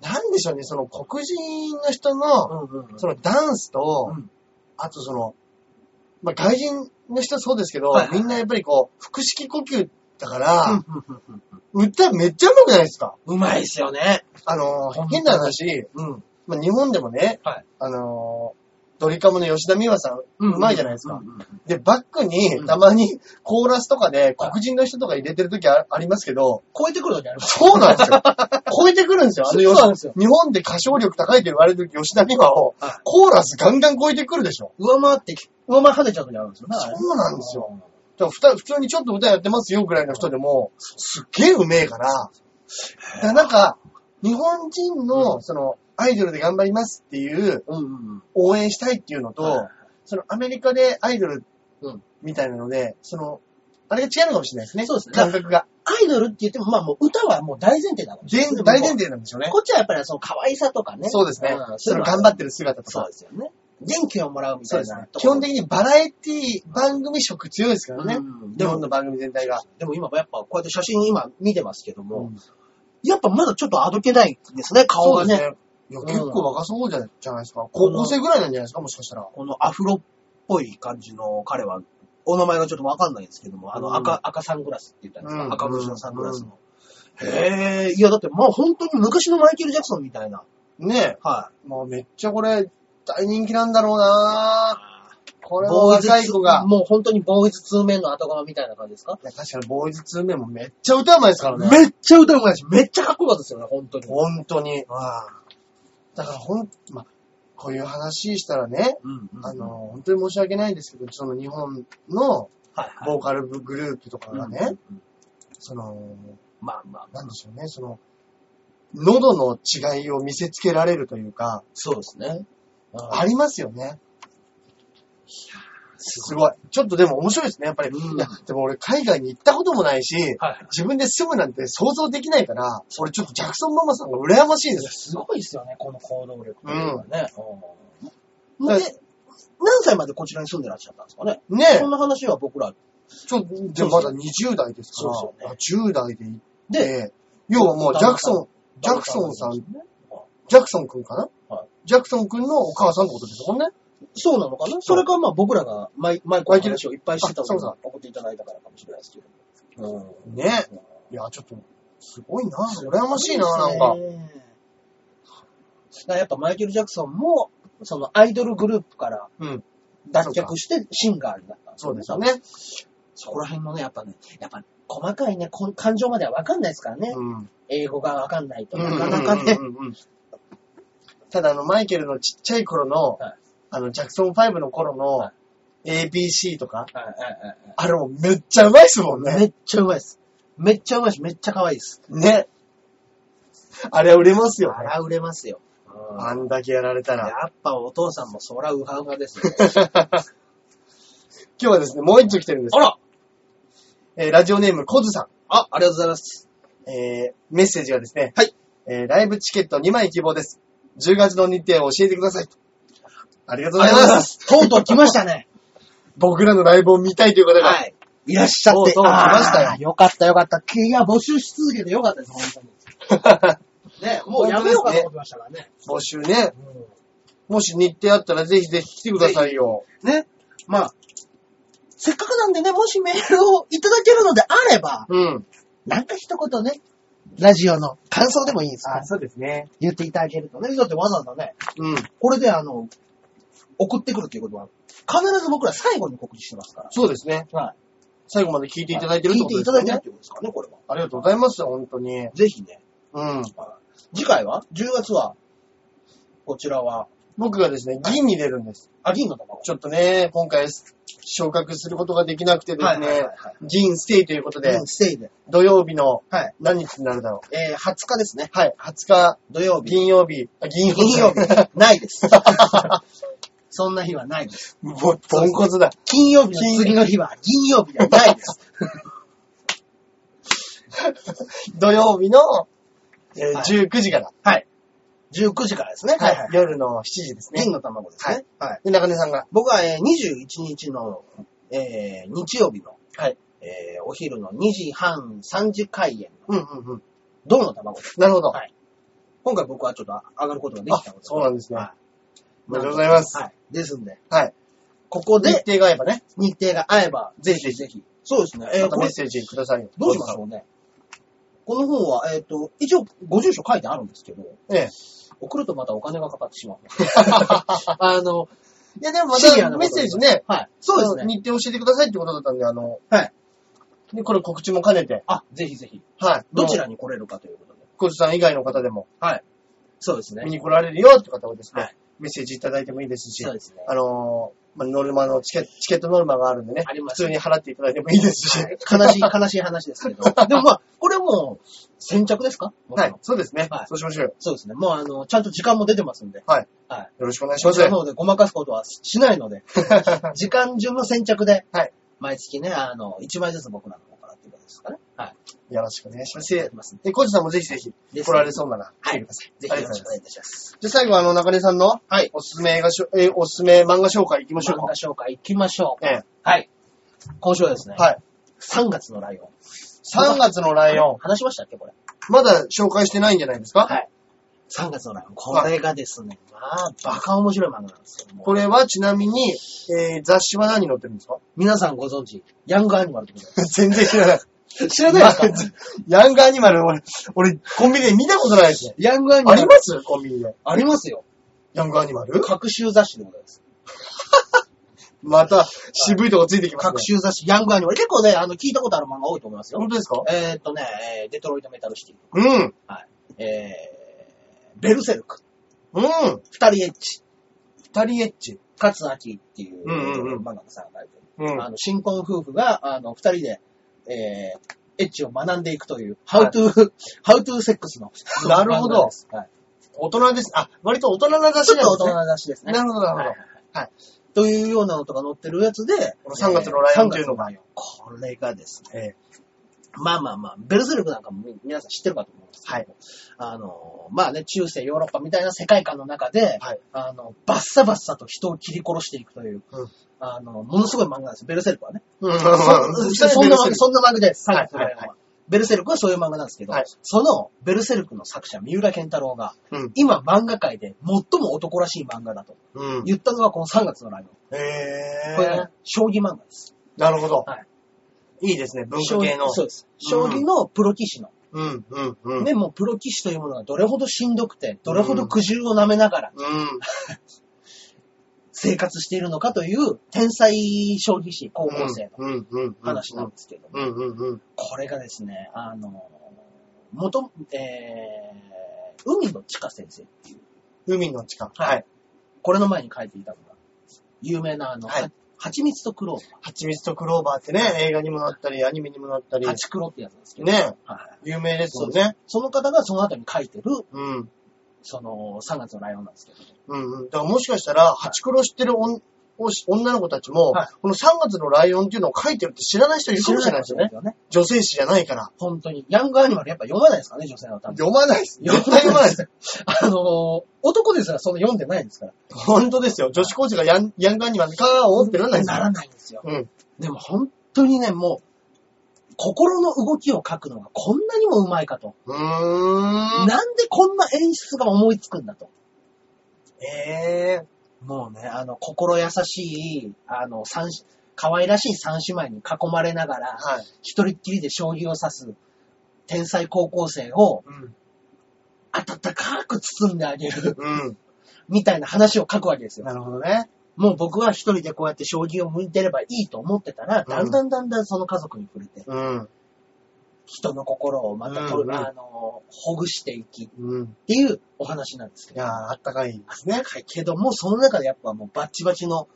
B: なんでしょうね、その黒人の人の、
A: んうん
B: そのダンスと
A: うん、
B: あとその、まあ、外人の人はそうですけど
A: はいは、い
B: みんなやっぱりこう、腹式呼吸だから、
A: うん。
B: 歌めっちゃ上手くないですか
A: うまいですよね。
B: あ
A: 本
B: の
A: 当、に
B: 変な話、
A: うん。
B: まあ、日本でもね、
A: はい
B: あのー、ドリカムの吉田美和さん、うまいじゃないですか。
A: うんうんうん
B: で、バック
A: うん
B: に、たまに、コーラスとかで、黒人の人とか入れてる時あありますけど、
A: 超えてくるときあります。
B: そうなんですよ。 超えてくるんですよ。あの
A: そうなんですよ
B: 日本で歌唱力高いと言われる吉田美和を
A: はい、
B: コーラスガンガン超えてくるでしょ。
A: 上回ってき、上回跳ねちゃうときあるんですよね。あれ
B: そうなんですよ。だからふた普通にちょっと歌やってますよぐらいの人でも、すっげえうめえから、だからなんか、日本人
A: う
B: の、
A: ん
B: その、アイドルで頑張りますっていう、
A: うんうんうん。
B: 応援したいっていうのと、
A: はい
B: そのアメリカでアイドル
A: うん
B: みたいなので、その、あれが違うのかもしれないですね。
A: そうですね
B: 感覚が。
A: アイドルって言っても、まあもう歌はもう大前提だもん
B: 全大前提なんでしょうね。
A: こっちはやっぱりその可愛さとかね。
B: そうですね
A: ん。
B: その頑張って
A: る。
B: る姿と
A: そう
B: か。
A: ですよね。元気をもらうみ
B: そ
A: た
B: う
A: い
B: ですね
A: な。。
B: 基本的
A: に
B: にバラエティ番組色強いですからね。
A: うん
B: 日本の番組全体が。
A: でも今やっぱこうやって写真今見てますけども、
B: うん
A: やっぱまだちょっとあどけないですね、顔がね。
B: そうですねいや、
A: うん
B: 結構若そうじゃないじゃないですか。高校生ぐらいなんじゃないですか、もしかしたら。
A: このアフロっぽい感じの彼は、お名前がちょっとわかんないんですけども、あ
B: う
A: の
B: ん
A: 赤、赤サングラスって言ったんですか、
B: うん
A: 赤縁のサングラスの。へえ、いやだってまあ本当に昔のマイケル・ジャクソンみたいな。
B: ね
A: は。
B: え。もうめっちゃこれ、大人気なんだろうないこれも若い子が。
A: もう本当にボーイズ2面の後釜みたいな感じですか、
B: いや確かにボーイズ2名もめっちゃ歌うまいですからね。
A: めっちゃ歌うまいし、めっちゃかっこよかったですよね、本当に。
B: 本当に。だからほん、ま、こういう話したらね、
A: うん、うん。
B: あの、、本当に申し訳ないんですけど、その日本の
A: はいはい。
B: ボーカルグループとかがね、
A: うんうんうん
B: その、
A: まあまあ、
B: なんでしょうね、その、喉の違いを見せつけられるというか、
A: そうですね。
B: あ
A: あ
B: りますよね。
A: す
B: すごい。ちょっとでも面白いですね、やっぱり。
A: うん
B: いや、でも俺海外に行ったこともないし、
A: はいはい。
B: 自分で住むなんて想像できないから、俺ちょっとジャクソンママさんが羨ましいです。
A: すごいですよね、この行動力というかね。うん
B: だ
A: で、何歳までこちらに住んでらっしゃったんですかね
B: ねえ
A: そんな話は僕ら。
B: ちょ、でもまだ20代ですから、
A: そうで
B: 10代で行っ
A: で、
B: て、要はもうジャクソン、ジャクソンさん、ジャクソンくんかな、
A: はい
B: ジャクソンくんのお母さんってことですもんね。
A: そうなのかなそれかまあ僕らがマイマイクの話をいっぱいしてた
B: あそ
A: の
B: うだ
A: に送っていただいたからかもしれないですけど。うん
B: ねいや、ちょっと、すごいな羨ましいななん
A: う
B: か。
A: んだからやっぱマイケル・ジャクソンも、そのアイドルグループから
B: うん。
A: 脱却してシンガーになったん
B: そうですよ。ね。
A: そこら辺のね、やっぱね、やっぱ細かいね、こん感情まではわかんないですからね。
B: うん。
A: 英語がわかんないと、
B: うん
A: なかなかね
B: う。んうんうんうんただあの、マイケルのちっちゃい頃の、
A: はい
B: あの、ジャクソン5の頃の、
A: は
B: ABC とか、
A: はいはいはい
B: あれもめっちゃうまいっすもん
A: はい
B: ね。
A: めっちゃうまいです。めっちゃうまいし、めっちゃ可愛いです。
B: ね。あれは売れますよね。
A: あら、売れますよ。
B: あんだけやられたら。
A: やっぱお父さんもそらウハウハですよ。
B: 今日はですね、もう一丁来てるんで す
A: あ。ら
B: えーラジオネーム、コズさ
A: あ、ありがとうございます。
B: ん。えーメッセージがですね。
A: はい。
B: えーライブチケット2枚希望です。10月の日程を教えてください。ありがとう
A: あ
B: ご
A: りがとうござい
B: ざいま。
A: ますす。とうとう来ましたね。
B: 僕らのライブを見たいという方が、
A: はい。いらっしゃって。
B: とうとう来ましたよ
A: あーよかったよかった。いや、募集し続けてよかったです、本当に。ね、もうやめようかと思ってましたからね。
B: 募集ね。
A: うん
B: もし日程あったらぜひぜひ来てくださいよ。
A: ね。まあ、せっかくなんでね、もしメールをいただけるのであれば、
B: うん。
A: なんか一言ね、ラジオの感想でもいいですから、
B: そうですね。
A: 言っていただけるとね。だってわざわざね、
B: うん。
A: これであの、送ってくるっていうことは、必ず僕ら最後に告知してますから。
B: そうですね。
A: はい。
B: 最後まで聞いていただいてるって
A: 聞いて
B: こと
A: い
B: です
A: た
B: よ
A: だいてる
B: ね。
A: ってことですからね、これは。
B: ありがとうございます、本当に。
A: ぜひね。
B: うん。
A: 次回は ?10 月はこちらは、
B: 僕がですね、銀に出るんです。
A: あ、銀の卵。
B: ちょっとね、今回昇格することができなくてです
A: はいは
B: ね、
A: いはいはい
B: 銀ステイということで、
A: 銀ステイで。
B: 土曜日の
A: はい。
B: 何日になるだろう。
A: えー、20日ですね。
B: はい、20日、
A: 土曜日。
B: 銀曜日、あ銀曜日。
A: 金曜日。ない です。そんな日はないです。
B: もう、ポンコツだ。
A: 金曜日の次の日は銀曜日ではないです。
B: 土曜日の、えー
A: はい
B: 19時から、
A: はい。19時からですね。
B: はい夜の7時ですね
A: 銀。の卵ですね。はい。
B: で、中根さんが、
A: 僕は、えー21日の、えー日曜日の、はい。えーお昼の2時半3時開演の、
B: うんうんうん。
A: 銅の卵です。
B: なるほど。
A: はい今回僕はちょっと上がることができた
B: あ
A: ので。、
B: そうなんですね。
A: は
B: おめでとうございます。
A: はい。ですんで、
B: はい。
A: ここ
B: 日
A: で
B: 程が合えばね、
A: 日程が合えば、
B: ぜひぜひ
A: ぜひ。そうですね。えー
B: また
A: こ
B: メ
A: れ
B: ッセージくださいよ。
A: どうしましょうね。この本は、えっ、と、一応、ご住所書いてあるんですけど、
B: ええ。
A: 送るとまたお金がかかってしまう。あの、
B: いや、でもま
A: シビア
B: た
A: なこと
B: メッセージね、
A: はい。そうですね。
B: 日程教えてくださいってことだったんで、あの、
A: はい。
B: で、これ告知も兼ねて、
A: あ、ぜひぜひ。
B: はい。
A: どち
B: も
A: らに来れるかということで。
B: うコジさん以外の方でも、
A: はい。そうです
B: 見
A: ね。
B: に来られるよって方はですね、
A: はい
B: メッセージいただいてもいいですし、
A: そうですね。
B: あのーまあ、ノルマのチケ、チケットノルマがあるんでね、
A: あり
B: 普
A: ます
B: 通に払っていただいてもいいですし、
A: はい悲しい、悲しい話です けど。でもまあ、これはもう、先着ですかもち
B: は
A: ろん
B: い、そうですね、
A: はい
B: そうしましょうよ。
A: そうですね。もうあの、ちゃんと時間も出てますんで。
B: はい。
A: はい。
B: よろしくお願いし
A: こ
B: ま
A: ち
B: す。
A: らの方でごまかすことはしないの で、時間順の先着で、
B: はい。
A: 毎月ね、あの、1枚ずつ僕らの方からっていうことですかね。はい。
B: よろしくお願いします。
A: や
B: で
A: り、ますんで。
B: コジさんもぜひぜひ
A: です
B: 来られそうなら、
A: は
B: 来て
A: い。ぜ
B: ください。
A: ひ
B: あり
A: よろ
B: がとう
A: し
B: ご
A: くお
B: ざいます。
A: 願いいたします。
B: じゃあ最後、あの、中根さんの、
A: はい。
B: おすすめ映画しょ、えーおすすめ漫画紹介いきましょう
A: 漫画紹介行きましょう
B: か。え
A: はい。今週はですね
B: え、はい。
A: 3月のライオン。
B: 3月のライオン。
A: 話しましたっけこれ。
B: まだ紹介してないんじゃないですか
A: はい。 3月のライオン。これがですね、まあ、バカ面白い漫画なんですよ。もう
B: これはちなみに、えー、雑誌は何に載ってる んですか
A: 皆さんご存知、ヤングアニマルでござい
B: 全然知らない。
A: ます。 知らないですか
B: ヤングアニマル、俺、俺、コンビニで見たことないですね。
A: ヤングアニマ
B: あ
A: ル。
B: りますコンビニで。
A: ありますよ。
B: ヤングアニマル
A: 各週雑誌でございます。
B: また、渋いとこついてきます、ね。
A: 各週雑誌、ヤングアニマル。結構ね、あの、聞いたことある漫画多いと思いますよ
B: 本。当ですか
A: えーっとね、えーデトロイトメタルシティ。
B: うん。
A: えー、ベルセルク。
B: うん。
A: 二人エッチ。
B: 二人エッチ。
A: 勝明っていう
B: うんうんうん
A: 漫画家さんが書いてる。
B: うん。
A: あの、新婚夫婦が、あの、二人で、えー、エッチを学んでいくという、How to、How to Sex の。
B: なるほど
A: 漫画ですはい
B: 大人です。あ、割と大人な雑
A: ちょ
B: 誌
A: っ
B: な
A: と大
B: んですね
A: 人。な雑誌ですね。
B: なるほど、なるほ
A: は
B: ど
A: い。というようなのとか載ってるやつで、
B: この3月のライオンっていうのが
A: えー3月のライオンこれがですね、
B: え
A: まあまあまあ、ベルセルクなんかもみ皆さん知ってるかと思うんですけど、
B: はい
A: あの、まあね、中世ヨーロッパみたいな世界観の中で、
B: はい
A: あの、バッサバッサと人を切り殺していくという、
B: うん
A: あの、ものすごい漫画なんですよ、ベルセルクはね。
B: う
A: そ
B: ん。
A: そそんな漫画、そんな漫画です、3
B: はい
A: 月のライオンは。
B: はい
A: ベルセルクはそういう漫画なんですけど、
B: はい
A: そのベルセルクの作者、三浦健太郎が、
B: うん。
A: 今漫画界で最も男らしい漫画だと
B: うん。
A: 言ったのがこの3月のライオン。
B: へえ
A: これね、将棋漫画です。
B: なるほど。。
A: はい
B: いですね、文化系の。
A: そうです。将棋のプロ棋士の。
B: うん、うん、うん。
A: ね、もうプロ棋士というものがどれほどしんどくて、どれほど苦渋を舐めながら
B: うん。
A: 生活しているのかという天才将棋士、高校生の
B: うん、うん、うん。
A: 話なんですけども、
B: うん、うん、うん。
A: これがですね、あの、元、えー、海野千佳先生。
B: 海の地下。
A: はい。これの前に書いていたのが、有名なあの、
B: はい
A: は蜂蜜とクローバ
B: 蜂蜜とクローバーってね、映画にもなったり、アニメにもなったり
A: ー、、蜂クロってやつなんですけど、
B: ね、
A: はい
B: 有名ですよね。
A: その方がその後に書いてる、
B: うん。
A: その、3月のライオンなんですけど、
B: うん、うん。だからもしかしたら、ハチクロ知ってる女女の子たちも、
A: はい
B: この3月のライオンっていうのを書いてるって知らない人いるかもしれないです
A: 知ら
B: よね。
A: ないですよね。
B: 女性誌じゃないから。
A: 本当に。ヤングアニマルやっぱ読まないですからね、女性のために。
B: 読まないです。絶対読まないです。
A: あのー男ですらそんな読んでないんですから。
B: 本当ですよ。女子高生がヤンヤングアニマルかーおーってなんないです
A: な
B: から
A: ら。ないんですよ。
B: うん。
A: でも本当にね、もう、心の動きを書くのがこんなにもうまいかと。
B: うーん。
A: なんでこんな演出が思いつくんだと。
B: ええ
A: もうね、あの、心優しい、あの、三、可愛らしい三姉妹に囲まれながら、
B: はい。
A: 一人っきりで将棋を指す天才高校生を
B: うん。
A: 温かく包んであげる、
B: うん。
A: みたいな話を書くわけですよ。
B: なるほどね。
A: もう僕は一人でこうやって将棋を向いてればいいと思ってたら、だんだんだんだんその家族に触れて、
B: うん。
A: 人の心をまた取
B: う
A: る、
B: んうん
A: あの、ほぐしていきって
B: うん。
A: いうお話なんですけ
B: い
A: ど。
B: やー、あったかいですね。
A: はいけども、その中でやっぱもうバッチバチの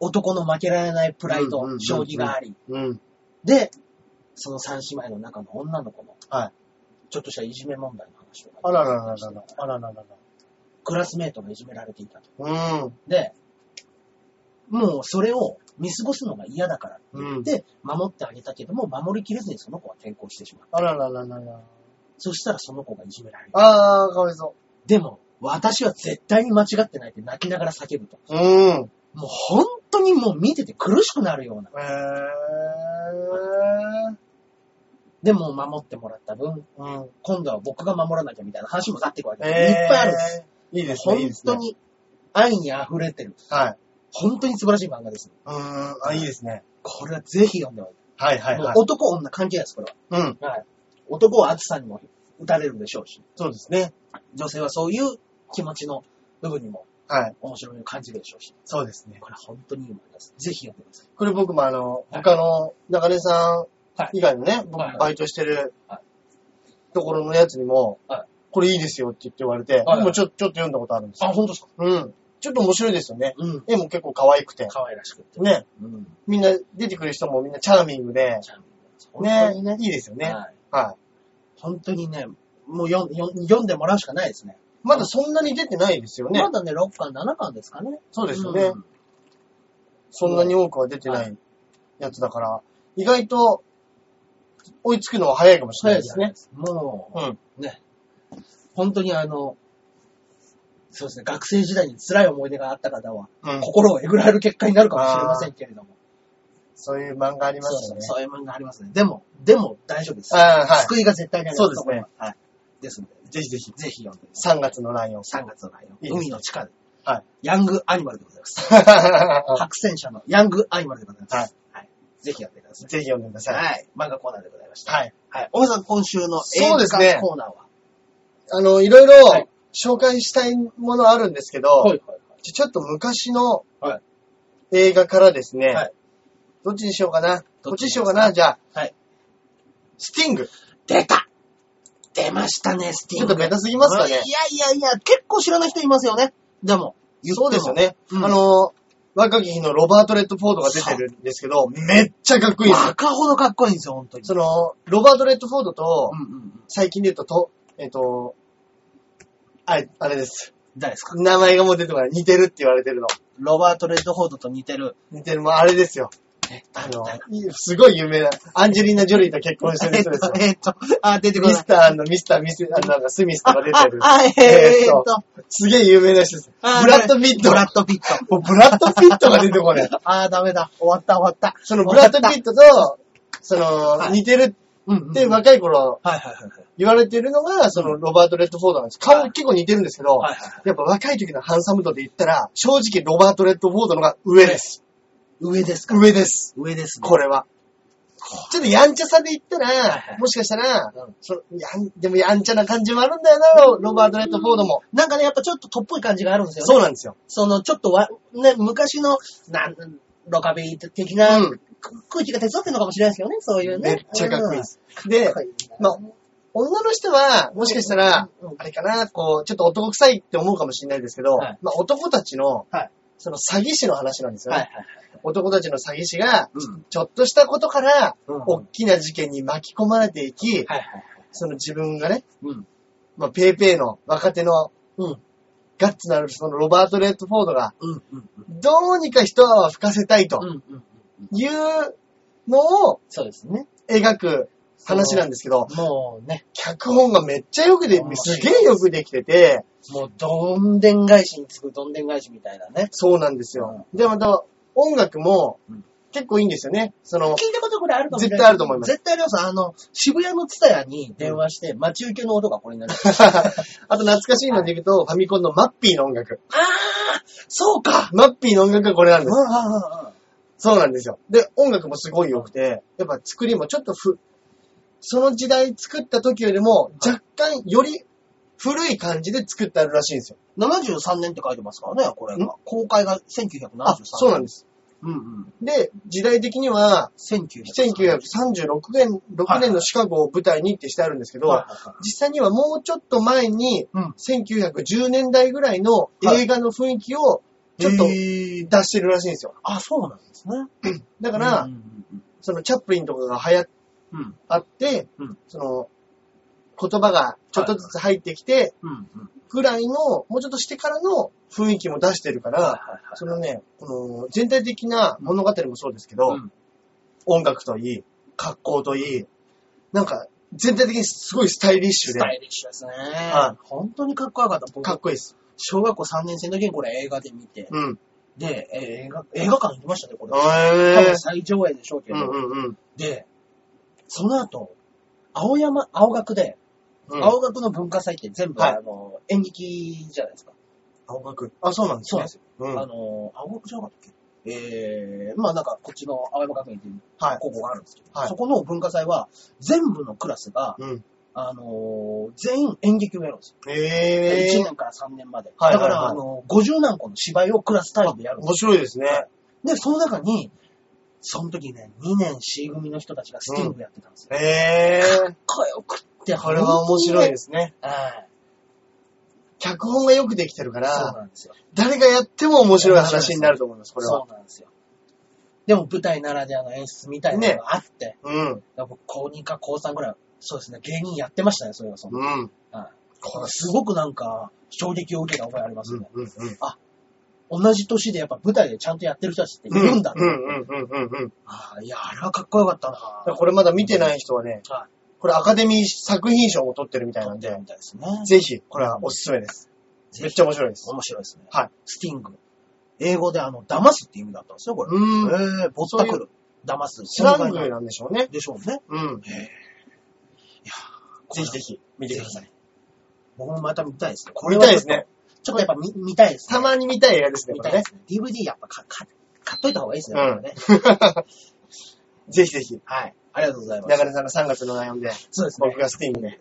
A: 男の負けられないプライ
B: うんうんうんう
A: ド、
B: ん
A: 将棋があり、
B: うん。
A: で、その三姉妹の中の女の子の、
B: はい
A: ちょっとしたいじめ問題の話を。
B: あららららら。あららら
A: クラスメートがいじめられていたと。
B: ら。
A: で、もうそれを見過ごすのが嫌だから
B: うん。うん。
A: で、守ってあげたけども、守りきれずにその子は転校してしまう。
B: あららららら。
A: そしたらその子がいじめられる。
B: あー、かわいそ
A: でも、私は絶対に間違ってないって泣きながら叫ぶと。
B: う。うん。
A: もう本当にもう見てて苦しくなるような。
B: えー。
A: でも守ってもらった分、
B: うん。
A: 今度は僕が守らなきゃみたいな話もなっていくわけ
B: えー。
A: です。いっぱいあるんです。。
B: いいですね。いい
A: 本
B: ですね
A: 当。に愛に溢れてる。
B: はい。
A: 本当に素晴らしい漫画です。
B: うーん。あ、いいですね。
A: これはぜひ読んでほしい。
B: はいはいは
A: も
B: い
A: う。男女関係ないです、これ
B: うん。
A: は。はい。男は暑さにも打たれるでしょうし、
B: そうですね。
A: 女性はそういう気持ちの部分にも
B: はい。
A: 面白みを感じるでしょうし、
B: そうですね。
A: これ本当にいいものです。ぜひ読んでください。
B: これ僕もあの、他の中根さん以外のね、僕
A: はい
B: バイトしてる
A: はい
B: ところのやつにも
A: はい、
B: これいいですよって言って言われ
A: は
B: て、
A: い
B: 僕もちょちょっと読んだことあるんですよ。
A: あ、本当ですか
B: うん。ちょっと面白いですよね。
A: うん。
B: 絵も結構可愛くて。
A: 可愛らしくって。
B: ね。
A: うん。
B: みんな、出てくる人もみんなチャーミングで、
A: ちゃんと
B: ね。いいですよね。
A: はい。
B: はい。
A: 本当にね、もう読ん読ん読んでもらうしかないですね。
B: まだそんなに出てないですよね
A: ま。だね、6巻、7巻ですかね。
B: そうですよ
A: う
B: ね。
A: ん
B: そんなに多くは出てないやつだから、意外と追いつくのは早いかもしれ
A: 早
B: ない
A: い
B: で
A: ですすね
B: ね。。
A: も
B: うん。
A: う、ね。本当にあの、そうですね、学生時代に辛い思い出があった方は、
B: うん。
A: 心をえぐられる結果になるかもしれませんけれども。
B: そういう漫画ありま
A: そう
B: すよね。
A: そうそういう漫画ありますね。でも、でも大丈夫です。
B: あーはい
A: 救いが絶対にあります。
B: そうですね
A: ここは。はい。ですんで、
B: ぜひぜひ。
A: ぜひ読んでくだ
B: 3月のライオン。
A: さい。3月の内容。
B: いいですね
A: 海の地下で。
B: はい。
A: ヤングアニマルでございます。白戦車のヤングアニマルでございます。
B: はい。
A: はい。ぜひやってください。
B: ぜひ読んでください。
A: はい。漫画コーナーでございました。
B: はい。
A: はい。大さん、今週の映
B: そうです
A: 画
B: ね
A: コーナーは
B: あの、いろいろ
A: はい
B: 紹介したいものあるんですけど、
A: い。はい。
B: ちょっと昔の
A: は
B: 映画からですね、
A: はい
B: どっちにしようかな。
A: ど
B: どっ
A: っ
B: ち
A: ち
B: に
A: に
B: し
A: し
B: よ
A: ます
B: うか
A: か
B: な。じゃあ、
A: はい
B: スティング。
A: 出た出ましたね、スティ
B: ち
A: ン
B: ょっ
A: グ。
B: とベタすぎますか
A: いや
B: ね。
A: いやいや、結構知らない人いますよね。でも、言って
B: そ
A: も
B: うですよ。ね。
A: うん
B: あの、若き日のロバート・レッドフォードが出てるんですけど、めっちゃかっこいいです
A: バ。カほどかっこいいんですよ、本当に。
B: その、ロバート・レッドフォードと
A: う、んうんうん。
B: 最近で言うと、と、えっ、と、あれ、あれです。
A: 誰ですか
B: 名前がもう出てこない。似てるって言われてるの。
A: ロバート・レッドフォードと似てる。
B: 似てる、もうあれですよ。
A: え、
B: あ
A: 誰
B: の
A: 誰、
B: すごい有名な、アンジェリーナ・ジョリーと結婚してる
A: えっ
B: 人です
A: と
B: よ、。
A: えっと、あ、出てこ
B: ミ
A: な
B: ス
A: い。
B: ターのミスター、ミス、あの、なんかスミスと
A: あ
B: か出てる。
A: あ、あえーっと、
B: すげえ有名な人です。ブ
A: あ
B: ラッド・ピット。
A: ブラッド・ピット。
B: もうブラッド・ピットが出てこない。
A: あー、ダメだ。終わった、終わった。
B: そのブラッド・ピットと、そ
A: は
B: の、
A: い
B: 似てる
A: うんうん。
B: って
A: はい
B: 若い頃
A: はいはい
B: 言われてるのが、そのロバート・レッド・フォードなんです。顔結構似てるんですけど、
A: はいはいはい
B: やっぱ若い時のハンサム度で言ったら、正直ロバート・レッド・フォードのが上です。
A: 上ですか
B: 上です。
A: 上ですね。
B: これは。ちょっとやんちゃさで言ったら、
A: い
B: もしかしたら
A: うん、
B: そやんでもやんちゃな感じもあるんだよな、ロロバート・レッド・フォードも。
A: なんかね、やっぱちょっとトっぽい感じがあるんですよね。
B: そうなんですよ。
A: その、ちょっとわ、ね、昔の、なん、ロカビー的な、
B: うん
A: く空気が手伝ってるのかもしれないですけどね、そういうね。
B: めっちゃかっこいいで
A: です。
B: す。で
A: かっ、こいいな
B: まあ、女の人は、もしかしたら
A: うんうん、
B: あれかな、こう、ちょっと男臭いって思うかもしれないですけど、
A: はい
B: まあ男たちの、
A: はい
B: その詐欺師の話なんですよ
A: は
B: ね。
A: いはいはい。
B: 男たちの詐欺師が、
A: うん。
B: ちょっとしたことから、
A: うん
B: 大きな事件に巻き込まれていき、
A: はいはいはい。
B: その自分がね、
A: うん。
B: まあ、ペーペーの若手の、
A: うん
B: ガッツのあるそのロバート・レッドフォードが、
A: うんうんうん。
B: どうにか一泡吹かせたいと
A: うんうんうん。
B: いうのを
A: そうですね。
B: 描く話なんですけど、
A: もうね、
B: 脚本がめっちゃよくで
A: 面、白
B: す
A: い
B: げえよくできてて、
A: もうどんでん返しに次ぐどんでん返しみたいなね。
B: そうなんですよ。で、また、音楽も
A: うん
B: 結構いいんですよね。その、
A: 聞いたことこれあるかもしれない。
B: 絶対あると思います
A: 絶対あります。あの、渋谷のツタヤに電話して、待ち受けの音がこれになる。
B: あと懐かしいのでいくと、ファミコンのマッピーの音楽。
A: あーそうか
B: マッピーの音楽がこれなん
A: う
B: で
A: ん
B: す。
A: うんうんうん。
B: そうなんですよ。で、音楽もすごい良くて、やっぱ作りもちょっとふ、その時代作った時よりも若干より古い感じで作ってあるらしいんですよ。
A: 73年って書いてますからね、これ
B: ん
A: が。公開が1973年。
B: あ、そうなんです。
A: うんうん。
B: で、時代的には、
A: 1900。
B: 1936年、6年のシカゴを舞台にってしてあるんですけど、
A: はいはいはい
B: 実際にはもうちょっと前に、
A: うん
B: 1910年代ぐらいの映画の雰囲気をちょっと
A: へ
B: 出してるらしいんですよ。
A: あ、そうなんですね。だ
B: だから、
A: うん
B: そのチャップリンとかが流行
A: うんうん。
B: あって、
A: うん
B: その言葉がちょっとずつ入ってきて
A: うんうんうん。
B: ぐらいの、もうちょっとしてからの雰囲気も出してるから、
A: はいはいはい
B: そのね、この全体的な物語もそうですけど、
A: うん
B: 音楽といい、格好といい、なんか全体的にすごいスタイリッシュ
A: ス
B: で、
A: タイリッシュですね。
B: はい
A: 本当にかっこよかった。僕
B: かっこいいです。
A: 小学校3年生の時にこれ映画で見て、
B: うん。
A: で、えー映画、映画館行きましたね、これ。多
B: へ
A: 分最上映でしょうけ
B: う
A: ど。
B: んうんうん。
A: で、その後、青山、青学で、
B: うん
A: 青学の文化祭って全部、
B: はい
A: あの、演劇じゃないですか。
B: 青学。あ、そうなんです
A: そうなん
B: ね
A: です。よ。
B: うん。
A: あの、青学じゃなかったっけえー、まあなんかこっちの青山学院っていう
B: はい。
A: 高校があるんですけど、
B: はい
A: そこの文化祭は全部のクラスが、
B: うん。
A: あのー全員演劇をやるんですよ。1
B: へえ。
A: 年から3年まで。
B: はいはいはい
A: だから、あのー50何個の芝居をクラス単位でやるんです
B: 面白いですね。
A: で、その中に、その時ね、2年 C 組の人たちがスティングやってたんですよ。
B: へえ。
A: かっこよくって、。
B: これは面白いですすね。
A: はい。
B: 脚本がよくできてるか
A: そう
B: ら、
A: なんですよ。
B: 誰がやっても面白い話になると思います、これ
A: そ
B: は。
A: うなんですよ。でも舞台ならではの演出みたいなのがあって、
B: うん。
A: 僕、高2か高3ぐらい、そうですね、芸人やってましたね、それはその。
B: うん。
A: はい。これすごくなんか、衝撃を受けた覚えありますね。
B: うん。うん。
A: 同じ年でやっぱ舞台でちゃんとやってる人たちっているんだって。
B: うんうんうんうんうん。だ
A: ああ、いや、あれはかっこよかったな
B: からこれまだ見てない人はね、
A: は
B: これアカデミー作品賞も取ってるみ
A: い。
B: たいなんで
A: み、たいですね。
B: ぜひ、これはおすすめです。めっちゃ面白いです。
A: 面白いですね。
B: はい。
A: スティング。英語であの、騙すって意味だったんですよ、これ。
B: うーん。
A: えー、ぼったくる。騙す。
B: スラングなんでしょうね。
A: でしょうね。
B: うん。
A: えーいや
B: ぜひぜひ見てください。
A: ぜひ僕もまた見たいですね。こ
B: 見たいです。ね。
A: ちょっとやっぱ見見たいですね。
B: たまに見たい映画ですね、
A: 見
B: こ
A: た
B: れ
A: いで
B: ね。
A: すね。DVD やっぱ買買買っといた方がいいですね。
B: うん
A: 僕はね
B: ぜひぜひ。
A: はい。ありがとうございます。
B: 中根さんが3月のライオンで、
A: そうですね
B: 僕。がスティングで、はい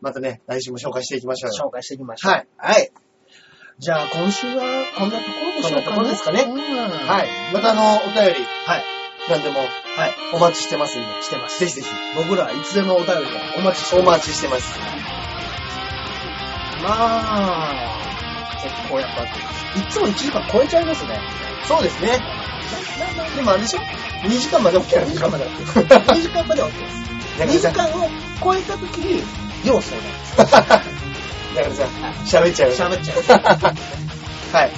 B: またね、来週も紹介していきましょうよ。
A: 紹介していきましょう。
B: はい。
A: はい。じゃあ、今週はこんなところでしょうかね。
B: こんなところですかね
A: うんは。
B: はいい。またあの、お便り、
A: はい。
B: 何でも、
A: はい。
B: お待ちしてますんで。
A: してます。
B: ぜひぜひ、
A: 僕らはいつでもお便りをお待ちして
B: お
A: ます。
B: 待ちしてます。
A: まあ、結構やっぱ、いつも1時間超えちゃいますね。
B: そうですね。でもあれでしょ ?2 時間まで OK なん
A: 2
B: で
A: 時
B: しょ
A: 間まで OK。2時間まで OK です。
B: 中
A: 2
B: 根
A: 時
B: さん、中
A: 間を超えた時に、要素になる。
B: 根さん、喋っちゃうよ。
A: 喋っちゃう
B: はい。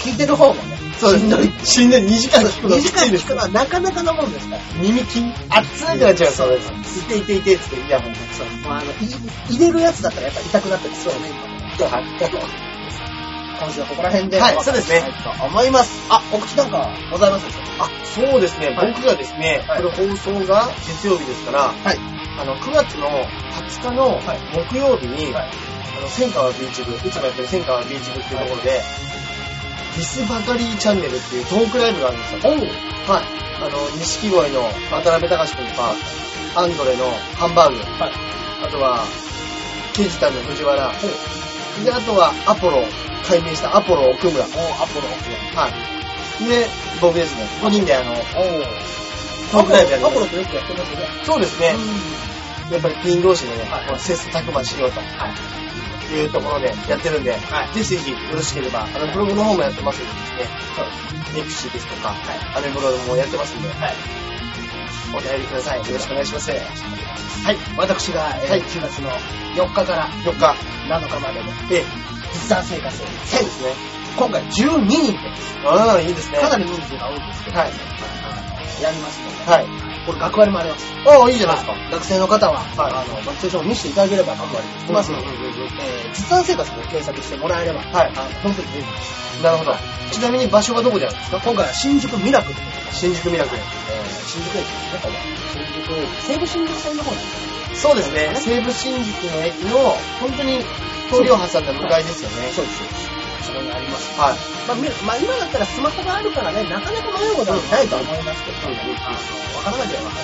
A: 聞いてる方もね、
B: そうです
A: しんどい。
B: ね。死んで2時間聞くの
A: 2
B: き
A: 時
B: つ
A: 間
B: いで
A: 聞
B: す
A: くのはなかなかなもんですから。
B: 耳きん、熱くなっちゃうそうです。いていていてっつってイヤホンたくさん。
A: まあ、あの、い入れるやつだったらやっぱ痛くなったりするよね、今ね
B: は
A: 今週はここら辺で。
B: はいそうですね。
A: と思います。あ、告知なんかございますでしょうか
B: あ、そうですね。
A: はい
B: 僕がですね、
A: はい
B: これ放送が月曜日ですから、
A: はい
B: あの、9月の20日の
A: はい
B: 木曜日に、
A: はい
B: あの、千川ビーチ部、いつもやってる千川ビーチ部っていうところで、ディスバカリーチャンネルっていうトークライブがあるんですよ。はい。あの、錦鯉の渡辺隆君とか、アンドレのハンバーグ、
A: はい
B: あとは、ケジタの藤原、で、あとはアポロ、解明したアポロ奥村、は
A: おーアポロ
B: い。で、僕ですね、5人であの、
A: おー
B: トークライブやりま
A: ア
B: す
A: ポロとよくやってますよね。
B: そうですね、やっぱりピン同士でね、
A: はい
B: こう切磋琢磨しようと、、
A: はい
B: うところでやってるんで、
A: はい
B: ぜひぜひよろしければ、あ
A: は
B: の、
A: い
B: ブログの方もやってますんでですね、ネクシーですとか、アメブログもやってますんで、
A: はい
B: お便りください。よろしくお願いします。
A: はい。私が、えー
B: はい
A: 9月の4日から
B: 4日、
A: 7日までの
B: で、
A: 実弾生活を。
B: そうですね。
A: 今回12人です。
B: うん、いいですね。
A: かなり人数が多いですけど、
B: はい。
A: やりますので、
B: はい。
A: これ学割もあります。
B: おーいいじゃないですか。
A: 学生の方は、
B: はい
A: あの、学生証を見せていただければ学割つきますので、
B: うんうんうんうん
A: えー実弾生活で検索してもらえれば、
B: はい
A: あの本当に便利です。
B: なるほど。ちなみに場所はどこであるんですか
A: 今回は新宿ミラクルという
B: 新宿ミラクル。
A: えー新宿駅ですね、ここ新宿駅。西武新宿線の方に。
B: そうですね。西武新宿の駅の、本当に通りを挟んだ向かいですよね。
A: そうです、そうです。そこにあります。
B: はい。
A: まあ、みまあ、今だったらスマホがあるからね、なかなか迷うことはないと思いますけど、
B: うん
A: あの、わからなければわか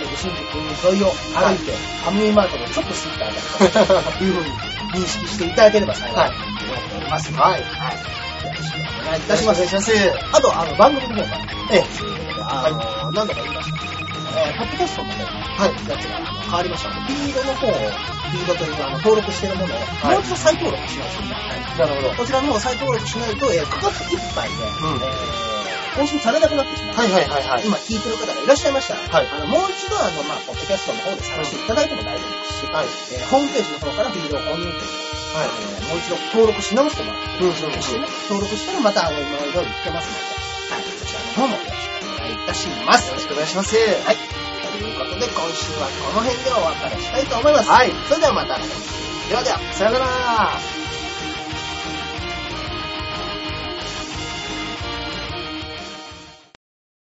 A: らない。西武新宿沿いを歩いて、ファミリーマートでちょっと過ぎたあたりというふうに認識していただければ幸いだと思っております。
B: はい
A: はい。よろしくお願いい
B: い
A: たします。
B: します。え
A: あと、あの、番組の方から、
B: え。
A: あの、何度か言いましたけど、えー、ポッドキャストの方
B: はい。
A: やつがあの変わりましたので、フィードの方を、フィードというか、あの、登録してるものを、
B: い
A: もう一度再登録しますので、
B: なるほど。は
A: こちらの方を再登録しないと、えー、9月いっぱいで、
B: ん
A: えー更新されなくなってしまう。
B: いはいはいはい。
A: 今聞いてる方がいらっしゃいましたら、
B: はい
A: あのもう一度あの、まあ、ポッドキャストの方で探していただいても大丈夫ですし、
B: はい。
A: えーホームページの方からフィードを購入という、
B: はい
A: えーもう一度登録し直してもらって、
B: うんうん
A: 登
B: うん
A: 録してね登録したらまたあの今の通り聞けますので、はい、そちらの方もよろしくお願いいたします。
B: よろしくお願いします。
A: はい。ということで、今週はこの辺でお別れしたいと思います。
B: はい
A: それではまた来週。ではでは。
B: さよなら。